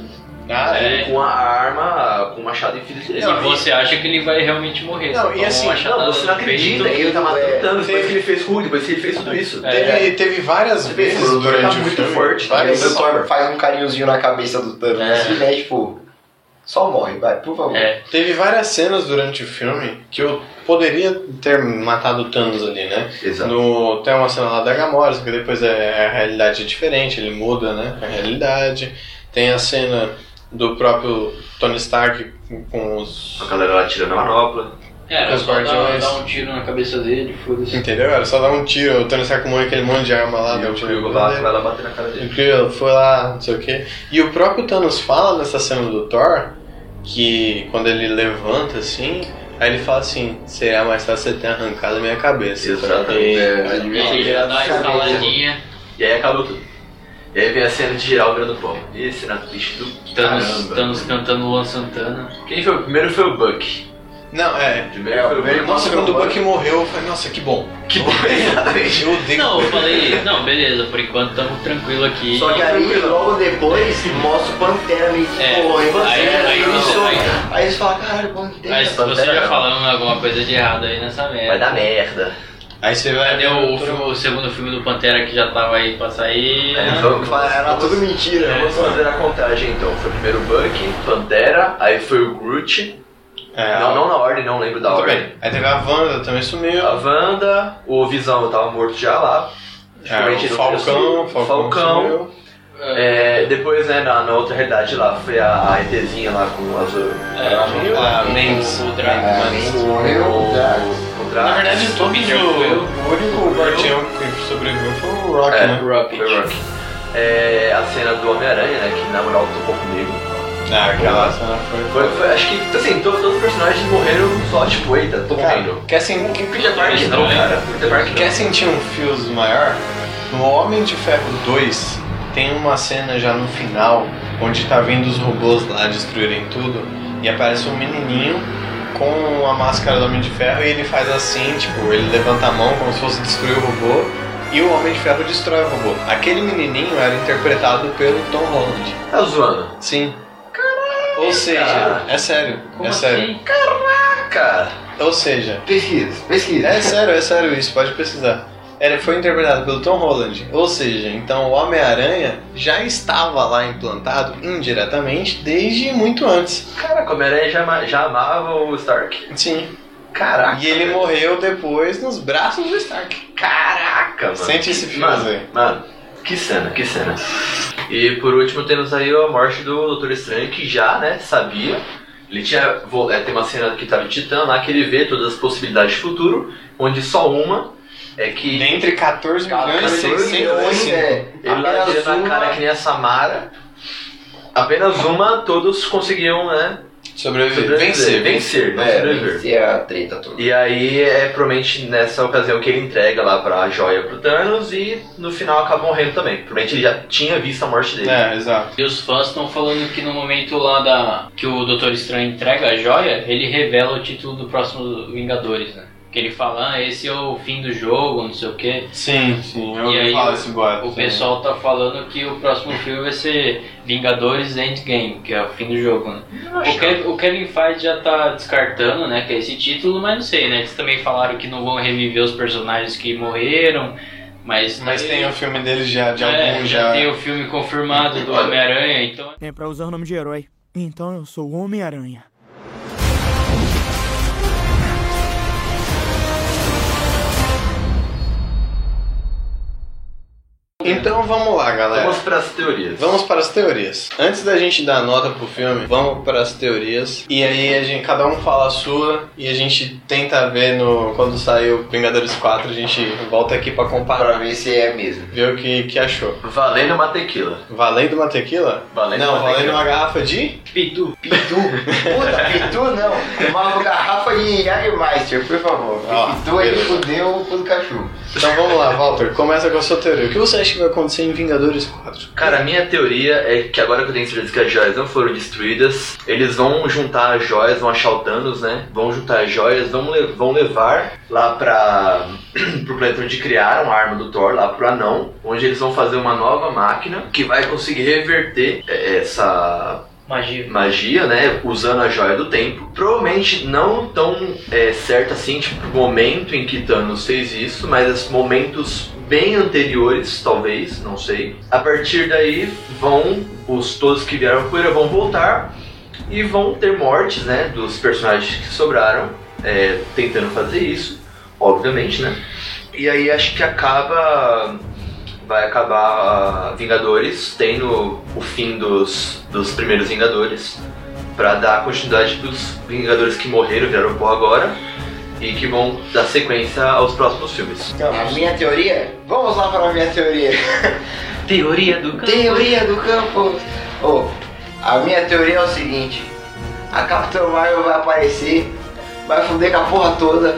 Ah, é.
É.
Com a arma, com o machado infinito dele.
e você acha que ele vai realmente morrer.
Não,
só
e
toma
assim,
uma
Não,
chatada
você não
no peito.
acredita que ele tá matando o Thanos depois que ele fez ruim, depois que ele fez tudo isso.
É.
Teve, teve várias
Você vê,
vezes
o Thor tá
durante o
muito
filme.
forte, tá
várias
Aí
ligado?
o Thor faz um carinhozinho na cabeça do Thanos,
É.
assim, né, tipo, só morre, vai, por favor.
É,
Teve várias cenas durante o filme que eu poderia ter matado o Thanos ali, né?
Exato.
No, tem uma cena lá da Gamora, só que depois é, a realidade é diferente, ele muda né, a realidade. Tem a cena do próprio Tony Stark com- com os.
A galera lá tirando a manopla.
É, era
Os
só dar,
guardiões.
dar um tiro na cabeça dele, foda-se.
Entendeu? Era só dar um tiro, o Tony Stark com aquele monte de arma lá,
e
deu um
o
tiro.
Kyogre lá vai lá bater na cara dele.
Incrível, foi lá, não sei o que. E o próprio Thanos fala nessa cena do Thor que quando ele levanta assim, aí ele fala assim: seria mais fácil você ter arrancado a minha cabeça.
Exatamente. É,
E-
E aí já dá uma instaladinha,
E aí acabou tudo. E aí vem a cena de geral virando pó. E cena triste do
Thanos,
caramba.
Thanos cantando Luan Santana.
Quem foi o primeiro foi o Buck.
Não, é.
O primeiro
É,
foi
o
o
primeiro-
Buck.
Nossa, quando o Buck morreu, eu falei: nossa, que bom.
Que bom, exatamente.
Eu odeio.
Não, eu falei, não, beleza, por enquanto estamos tranquilo aqui.
Só que aí, logo depois, mostra o Pantera meio que
É,
pulou em você,
aí-
né,
aí
tudo
você
isso.
vai-
Aí você fala, caralho, Pantera.
Mas você
Pantera
já
não.
falando alguma coisa de errado aí nessa
Vai
merda.
dar merda.
Aí você vai.
Cadê o, filme- o segundo filme do Pantera que já tava aí pra sair?
É,
né?
vamos,
Fala, Era tudo mentira.
É,
Vamos É, fazer a contagem então. Foi primeiro o Buck, Pantera, aí foi o Groot.
É,
Não, não na ordem, não lembro da
Muito
ordem.
bem. Ah, Aí teve a Wanda, também sumiu.
A Wanda, o Visão tava morto já lá.
É, o
Principalmente no
Falcão,
terceiro-
Falcão,
Falcão.
sumiu.
É, depois, né, na, na outra realidade lá, foi a, a ETzinha lá com o azul.
É,
sumiu. Ah,
o-
Names.
o
É,
é um Drago.
Ah,
Mas-
morreu o Drago.
O
Na
Drax.
verdade, todos os-
Peter
o único guardião um que sobreviveu foi o Rock,
É.
né?
Rocket.
Foi o Rock. É, a cena do Homem-Aranha, né, que na moral tocou comigo.
Ah, aquela cena foi.
Foi, foi- acho que, assim, to- todos os personagens morreram só, tipo, eita, tô morrendo.
quer, sen- que-
Peter Parker não,
estranho.
cara. Peter Parker não.
quer sentir um fios maior? No Homem de Ferro 2 tem uma cena já no final onde tá vindo os robôs lá destruírem tudo e aparece um menininho com a máscara do Homem de Ferro e ele faz assim, tipo, ele levanta a mão como se fosse destruir o robô e o Homem de Ferro destrói o robô. Aquele menininho era interpretado pelo Tom Holland.
Tá zoando.
Sim. Ou seja,
cara.
é sério,
Como
é sério.
assim?
Ah, cara.
Ou seja,
Pesquisa, pesquisa.
é sério, é sério isso, é pode pesquisar. Ele foi interpretado pelo Tom Holland. Ou seja, então o Homem-Aranha já estava lá implantado indiretamente desde muito antes.
Caraca, o Homem-Aranha já, ama- já amava o Stark.
Sim.
Tá.
Caraca.
E ele
velho.
morreu depois nos braços do Stark.
Caraca, mano.
Sente
Que-
esse filme, Zé.
mano, mano, que cena, que cena. E por último temos aí a morte do Doutor Estranho, que já, né, sabia. Ele tinha. vo- é, tem uma cena que tava em Titã lá que ele vê todas as possibilidades de futuro, onde só uma é que.
Entre 14 milhões e
14 milhões,
600
É,
Ele lá
apenas
tira na cara que
uma...
nem a Samara. Apenas uma, todos conseguiam, né?
Sobreviver.
sobreviver,
Vencer. vencer.
vencer, não sobreviver.
É, é a treta toda.
E aí é provavelmente nessa ocasião que ele entrega lá pra joia pro Thanos e no final acaba morrendo também. Provavelmente ele já tinha visto a morte dele.
É, exato.
E os fãs estão falando que no momento lá da que o Doutor Estranho entrega a joia, ele revela o título do próximo Vingadores, né? Que ele fala, ah, esse é o fim do jogo, não sei o quê.
Sim, sim. é Eu
E
ouvi
aí
falar
o-
esse boato.
O
sim.
pessoal tá falando que o próximo filme vai ser Vingadores Endgame, que é o fim do jogo, né? O,
é.
Kev- o Kevin Feige já tá descartando, né, que é esse título, mas não sei, né? Eles também falaram que não vão reviver os personagens que morreram, mas...
Mas
também-
tem o filme dele já, de
É,
algum
já
já.
tem o filme confirmado do Homem-Aranha, então
É pra usar o nome de herói. Então eu sou o Homem-Aranha.
Então vamos lá, galera.
Vamos pras teorias.
Vamos para as teorias. Antes da gente dar nota pro filme, vamos para as teorias. E aí a gente, cada um fala a sua e a gente tenta ver no quando sair o Vingadores 4, a gente volta aqui para
Pra
comparar,
ver se é mesmo.
ver o que, que achou.
Valendo uma tequila.
Valendo uma tequila?
Valendo
Não,
uma
valendo
tequila.
uma garrafa de
Pitu.
Pitu. Puta, Pitu não. Uma garrafa de Jagermeister, por favor. Porque
Ó,
Pitu ele
beleza.
fudeu com o cachorro.
Então vamos lá, Walter, começa com a sua teoria. O que você acha que vai acontecer em Vingadores 4?
Cara, a minha teoria é que agora que eu tenho certeza que as joias não foram destruídas, eles vão juntar as joias, vão achar o Thanos, né? Vão juntar as joias, vão, le- vão levar lá pra, pro planeta onde criaram a arma do Thor, lá pro Anão, onde eles vão fazer uma nova máquina que vai conseguir reverter eh, essa
Magia.
magia, né? Usando a joia do tempo. Provavelmente não tão é, certo assim, tipo, pro momento em que Thanos fez isso, mas os momentos bem anteriores, talvez, não sei. A partir daí vão, os todos que vieram com poeira vão voltar e vão ter mortes, né? Dos personagens que sobraram é, tentando fazer isso, obviamente, né? E aí acho que acaba. Vai acabar ah, Vingadores, tendo o fim dos, dos primeiros Vingadores, pra dar continuidade pros Vingadores que morreram, vieram pó agora, e que vão dar sequência aos próximos filmes.
A minha teoria? Vamos lá para a minha teoria.
Teoria do campo.
Teoria do campo. Ô, a minha teoria é o seguinte: a Capitã Marvel vai aparecer, vai foder com a porra toda,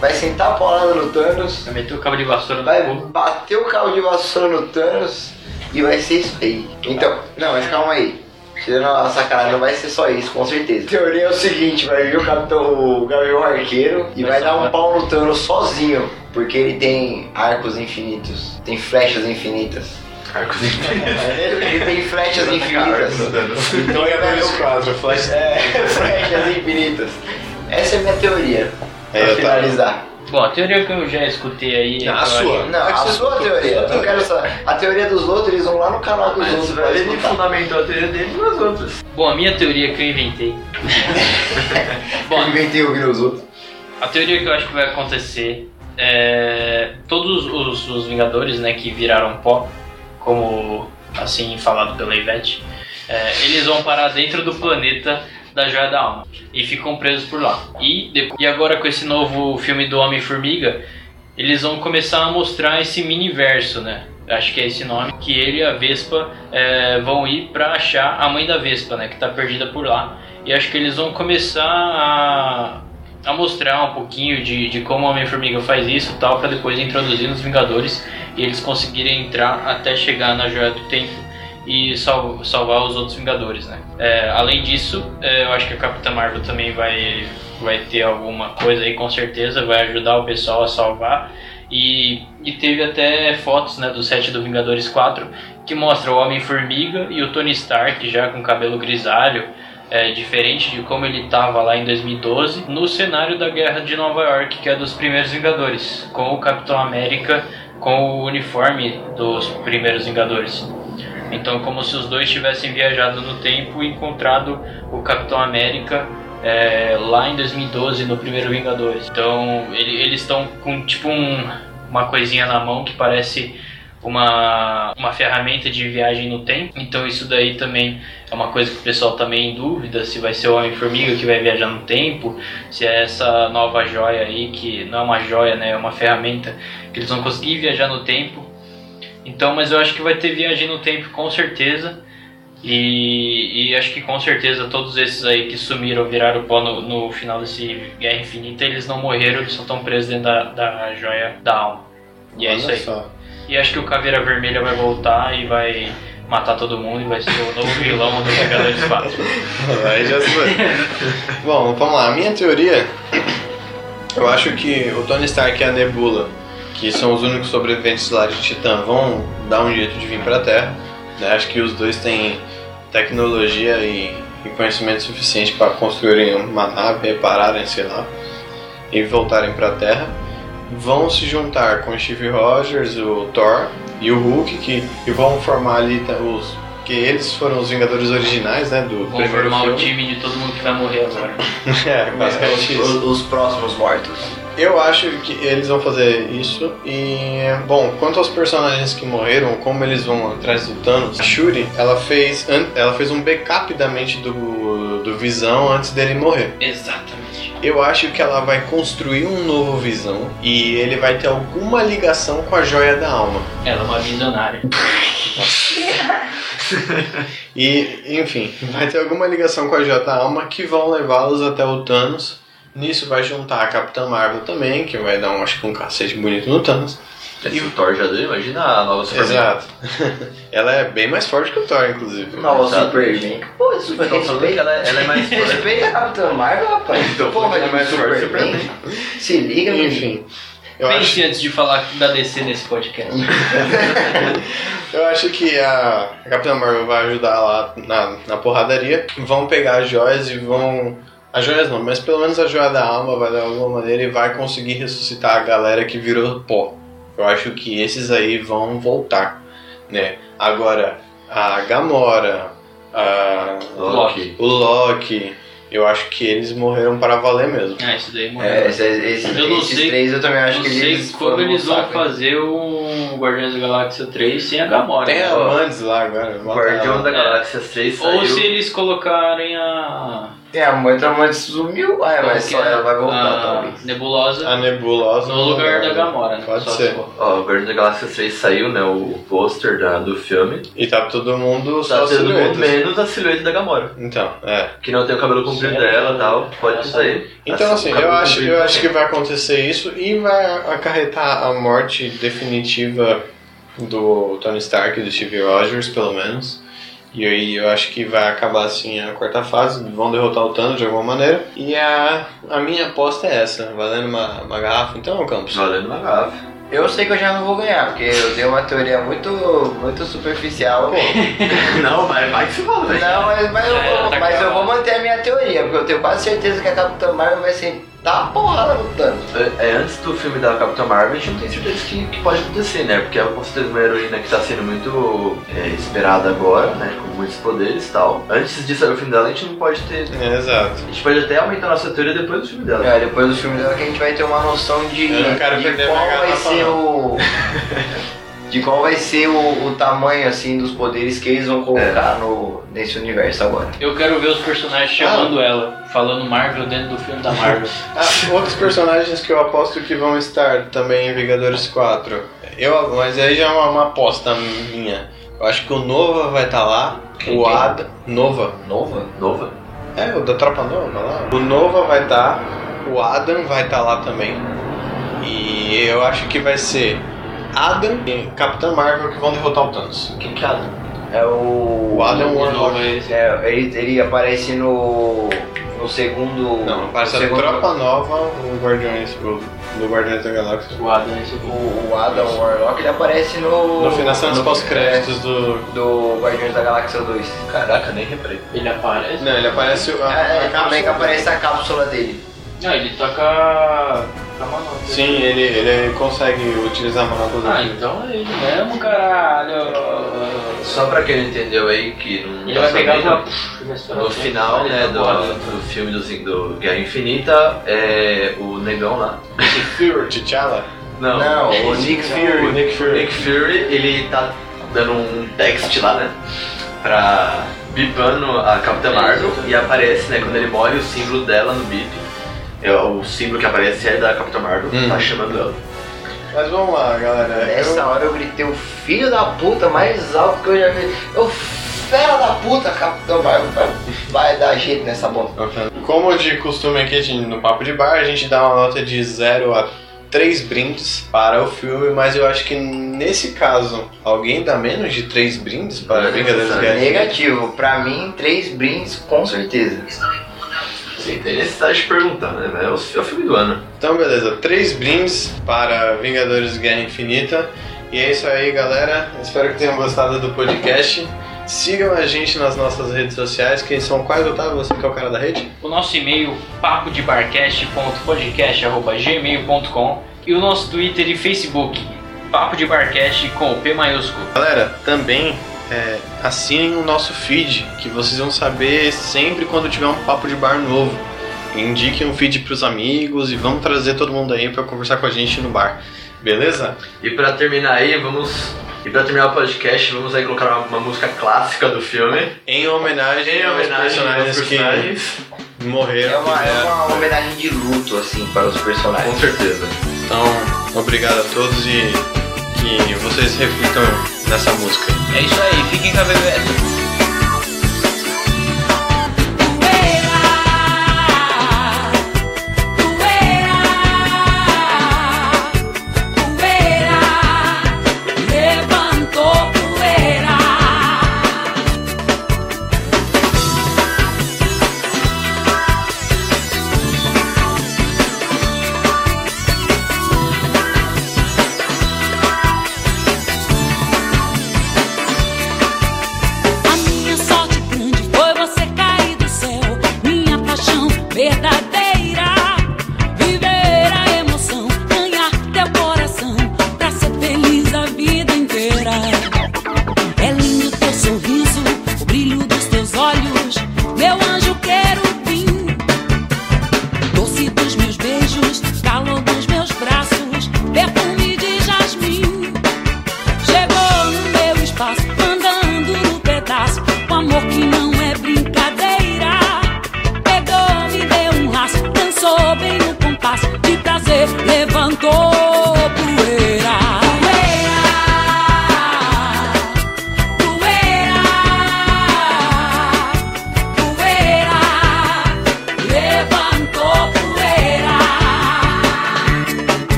vai sentar a paulada no Thanos,
Vai meter o cabo de vassoura no
vai
cu.
bater o carro de vassoura no Thanos e vai ser isso aí. Então, não, mas calma aí. Tirando a sacanagem, não vai ser só isso, com certeza. A teoria é o seguinte, vai vir o Capitão o Gavião Arqueiro e vai dar um pau no Thanos sozinho, porque ele tem arcos infinitos, tem flechas infinitas.
Arcos infinitos.
Ele tem flechas
é
infinitas.
Então Vingadores 4, Flash.
É, flechas infinitas. Essa é a minha teoria.
É,
Pra
eu tava-
finalizar.
Bom, a teoria que eu já escutei aí. é
Não, a
eu
sua.
Não, a sua teoria. Eu quero saber. A teoria dos outros, eles vão lá no canal dos
Mas
outros pra
ele
escutar.
fundamentou a teoria dele nas outras.
acho- Bom, a minha teoria que eu inventei.
Eu
Bom,
inventei ouvir os outros.
a teoria que eu acho que vai acontecer é. Todos os, os Vingadores, né, que viraram pó, como assim falado pela Ivete, é, eles vão parar dentro do planeta da Joia da Alma e ficam presos por lá. E, depo- e agora com esse novo filme do Homem-Formiga, eles vão começar a mostrar esse mini-verso, né? Acho que é esse nome, que ele e a Vespa é, vão ir pra achar a mãe da Vespa, né? Que tá perdida por lá. E acho que eles vão começar a, a mostrar um pouquinho de, de como o Homem-Formiga faz isso e tal, pra depois introduzir nos Vingadores e eles conseguirem entrar até chegar na Joia do Tempo e sal- salvar os outros Vingadores, né? É, além disso, é, eu acho que a Capitã Marvel também vai, vai ter alguma coisa aí, com certeza, vai ajudar o pessoal a salvar. E, e teve até fotos né, do set do Vingadores 4 que mostra o Homem-Formiga e o Tony Stark já com cabelo grisalho é, diferente de como ele estava lá em 2012, no cenário da Guerra de Nova York, que é dos primeiros Vingadores, com o Capitão América com o uniforme dos primeiros Vingadores. Então, como se os dois tivessem viajado no tempo e encontrado o Capitão América é, lá em 2012 no primeiro Vingadores. Então, ele- eles estão com tipo um- uma coisinha na mão que parece uma, uma ferramenta de viagem no tempo. Então, isso daí também é uma coisa que o pessoal também é em dúvida se vai ser o Homem-Formiga que vai viajar no tempo, se é essa nova joia aí, que não é uma joia, né, é uma ferramenta que eles vão conseguir viajar no tempo. Então, mas eu acho que vai ter viagem no tempo com certeza. E, e acho que com certeza todos esses aí que sumiram, viraram pó no, no final desse Guerra Infinita, eles não morreram, eles só estão presos dentro da, da joia da alma. E é isso aí.
Só.
E acho que o Caveira Vermelha vai voltar e vai matar todo mundo e vai ser o novo vilão do Vingadores 4.
Aí já se foi. Bom, vamos lá. A minha teoria, eu acho que o Tony Stark e a Nebula, que são os únicos sobreviventes lá de Titã, vão dar um jeito de vir pra Terra. né? Acho que os dois têm tecnologia e, e conhecimento suficiente para construírem uma nave, repararem, sei lá, e voltarem pra Terra. Vão se juntar com o Steve Rogers, o Thor e o Hulk, que, e vão formar ali tá, os. Que eles foram os Vingadores originais, né? Do
Vão
primeiro
formar o
filme.
time de todo mundo que vai morrer agora.
É, basicamente
Os,
isso.
os- os próximos mortos.
Eu acho que eles vão fazer isso e bom, quanto aos personagens que morreram, como eles vão atrás do Thanos, a Shuri, ela fez an- ela fez um backup da mente do do Visão antes dele morrer.
Exatamente.
Eu acho que ela vai construir um novo Visão e ele vai ter alguma ligação com a Joia da Alma.
Ela é uma visionária.
E, enfim, vai ter alguma ligação com a J Alma que vão levá-los até o Thanos. Nisso vai juntar a Capitã Marvel também, que vai dar um, acho que um cacete bonito no Thanos.
E o Thor já deu, imagina a nova Superman.
Exato. Ela é bem mais forte que o Thor, inclusive.
Nova
Exato.
Superman. Pô, super
Então, só que
respeita.
ela,
né?
ela é mais forte.
Respeita a Capitã Marvel, rapaz.
Então,
Porra,
ela é
de
mais forte que
Superman. Se liga, menino.
Enfim. Eu acho,
Pense antes de falar da DC nesse podcast.
eu acho que a a Capitã Marvel vai ajudar lá na, na porradaria. Vão pegar as joias e vão. As joias não, mas pelo menos a joia da alma vai dar alguma maneira e vai conseguir ressuscitar a galera que virou pó. Eu acho que esses aí vão voltar, né? Agora, a Gamora, a,
Loki.
o Loki, eu acho que eles morreram para valer mesmo.
Ah, isso daí morreu.
É, esses, esses-
Eu não
esses
sei-
três eu também acho
não
que
sei
eles.
como
foram
eles vão
saco, hein?
fazer o Guardiões da Galáxia 3 sem a Gamora.
Tem a
né?
Mandes lá agora.
O
bota
Guardião
ela.
da Galáxia 3 saiu.
Ou se eles colocarem a.
É, a mãe traumante sumiu. Ah, é, mas
que
só ela vai voltar,
a
talvez.
Nebulosa
A nebulosa. é
no lugar da Gamora, né?
Pode
Só
ser.
se for.
Ó, o Guardião da Galáxia 3 saiu, né? O pôster da- do filme.
E tá todo mundo
Tá
só
tendo
silhuetas.
menos a silhueta da Gamora.
Então, é.
Que não tem o cabelo comprido
Sério?
dela e tal. Pode
Nossa.
sair.
Então, assim,
o
eu
cabelo
acho,
comprido
eu acho que vai acontecer isso e vai acarretar a morte definitiva do Tony Stark e do Steve Rogers, pelo menos. E aí eu acho que vai acabar assim a quarta fase, vão derrotar o Thanos de alguma maneira. E a, a minha aposta é essa, valendo uma, uma garrafa então, Campos?
Valendo uma garrafa.
Eu sei que eu já não vou ganhar, porque eu dei uma teoria muito, muito superficial.
Não, mas vai que se fala, velho.
Não, mas, mas,
É,
Já
eu,
era,
vou,
tá
mas eu
gravado.
vou manter a minha teoria, porque eu tenho quase certeza que a Capitã Marvel vai ser dar uma assim, tá porrada no Thanos.
É, é, antes do filme da Capitã Marvel, a gente não tem certeza que, que pode acontecer, né? Porque ela com certeza é uma heroína que tá sendo muito é, esperada agora, né? Com muitos poderes e tal. Antes de sair o filme dela, a gente não pode ter.
É, exato.
A gente pode até aumentar nossa teoria depois do filme dela.
É, depois do filme dela que a gente vai ter uma noção de,
Eu não quero
de
perder
qual
minha
vai
garrafa, não.
ser o. De qual vai ser o, o tamanho assim dos poderes que eles vão colocar no, nesse universo agora.
Eu quero ver os
Ah.
personagens chamando ela, falando Marvel dentro do filme da Marvel.
Ah, outros personagens que eu aposto que vão estar também em Vingadores 4. Eu, mas aí já é uma, uma aposta minha. Eu acho que o Nova vai estar lá.
Quem,
o
quem?
Ada. Nova?
Nova?
Nova?
É, o da Tropa Nova lá. O Nova vai estar. O Adam vai estar lá também. E eu acho que vai ser Adam e Capitã Marvel que vão derrotar o Thanos.
Quem que é ela?
É o.
O Adam
O novo
Warlock.
é esse.
É, ele, ele aparece no. no segundo.
Não, aparece
no
a
segundo-
Tropa Nova, o Guardiões, o, do Guardiões da Galáxia.
O Adam né, esse
O, o Adam Warlock ele aparece no.
No final são os
no-
pós-créditos do...
é, do Guardiões da Galáxia 2.
Caraca, nem reparei.
Ele aparece.
Né.
Não, ele aparece... Ah, A,
É,
a
é, também que
cápsula.
aparece a cápsula dele.
Não, ele toca. a manopla.
Sim, ele, ele consegue utilizar a manopla do
Ah, então é ele mesmo, caralho.
Só pra quem não entendeu aí que não
Ele
tá
vai pegar
sabendo,
uma.
No final, né, do, do filme do, Zing- do Guerra Infinita, é o negão lá.
Nick Fury, T'Challa.
Não,
Não,
o
o Nick
tá
Fury.
O Nick Fury.
Nick Fury, ele tá dando um text lá, né? Pra bipando a Capitã Marvel e aparece, né? Quando ele morre, o símbolo dela no bip. É, o símbolo que aparece é da Capitã Marvel,
Hum.
tá chamando ela.
Mas vamos lá, galera.
Nessa hora eu gritei o filho da puta mais alto que eu já vi. Eu fera da puta, Capitão Marvel. Vai, vai dar jeito nessa bosta.
Eu- Como de costume aqui, a gente, no Papo de Bar, a gente dá uma nota de 0 a 3 brindes para o filme, mas eu acho que nesse caso, alguém dá menos de 3 brindes para
Não,
Vingadores
É.
não.
Guerra?
Negativo, pra mim, três brindes com certeza.
Sim, tem necessidade de perguntar, né? velho? É o, é o filme do ano.
Então, beleza, 3 brindes para Vingadores Guerra Infinita. E é isso aí, galera. Espero que tenham gostado do podcast. Sigam a gente nas nossas redes sociais, que são quais, Otávio? Você que é o cara da rede?
O nosso e-mail papodebarcast.podcast.gmail.com e o nosso Twitter e Facebook, Papo de Barcast com o P maiúsculo.
Galera, também é, assinem o nosso feed, que vocês vão saber sempre quando tiver um papo de bar novo. Indiquem um feed pros amigos e vamos trazer todo mundo aí pra conversar com a gente no bar. Beleza?
E pra terminar aí, vamos. E pra terminar o podcast, vamos aí colocar uma, uma música clássica do filme.
Em homenagem,
Em homenagem aos
aos personagens
personagens.
que morreram.
É uma, é
né?
uma homenagem de luto, assim, para os
Com
personagens.
certeza.
Então, obrigado a todos e que vocês reflitam nessa música.
É isso aí, fiquem com a BBS.
Levantó poeira. A minha sorte grande foi você cair do céu. Minha paixão verdadeira. Viver a emoção, ganhar teu coração. Pra ser feliz a vida inteira. É lindo teu sorriso, o brilho dos teus olhos. Meu um é um Um é um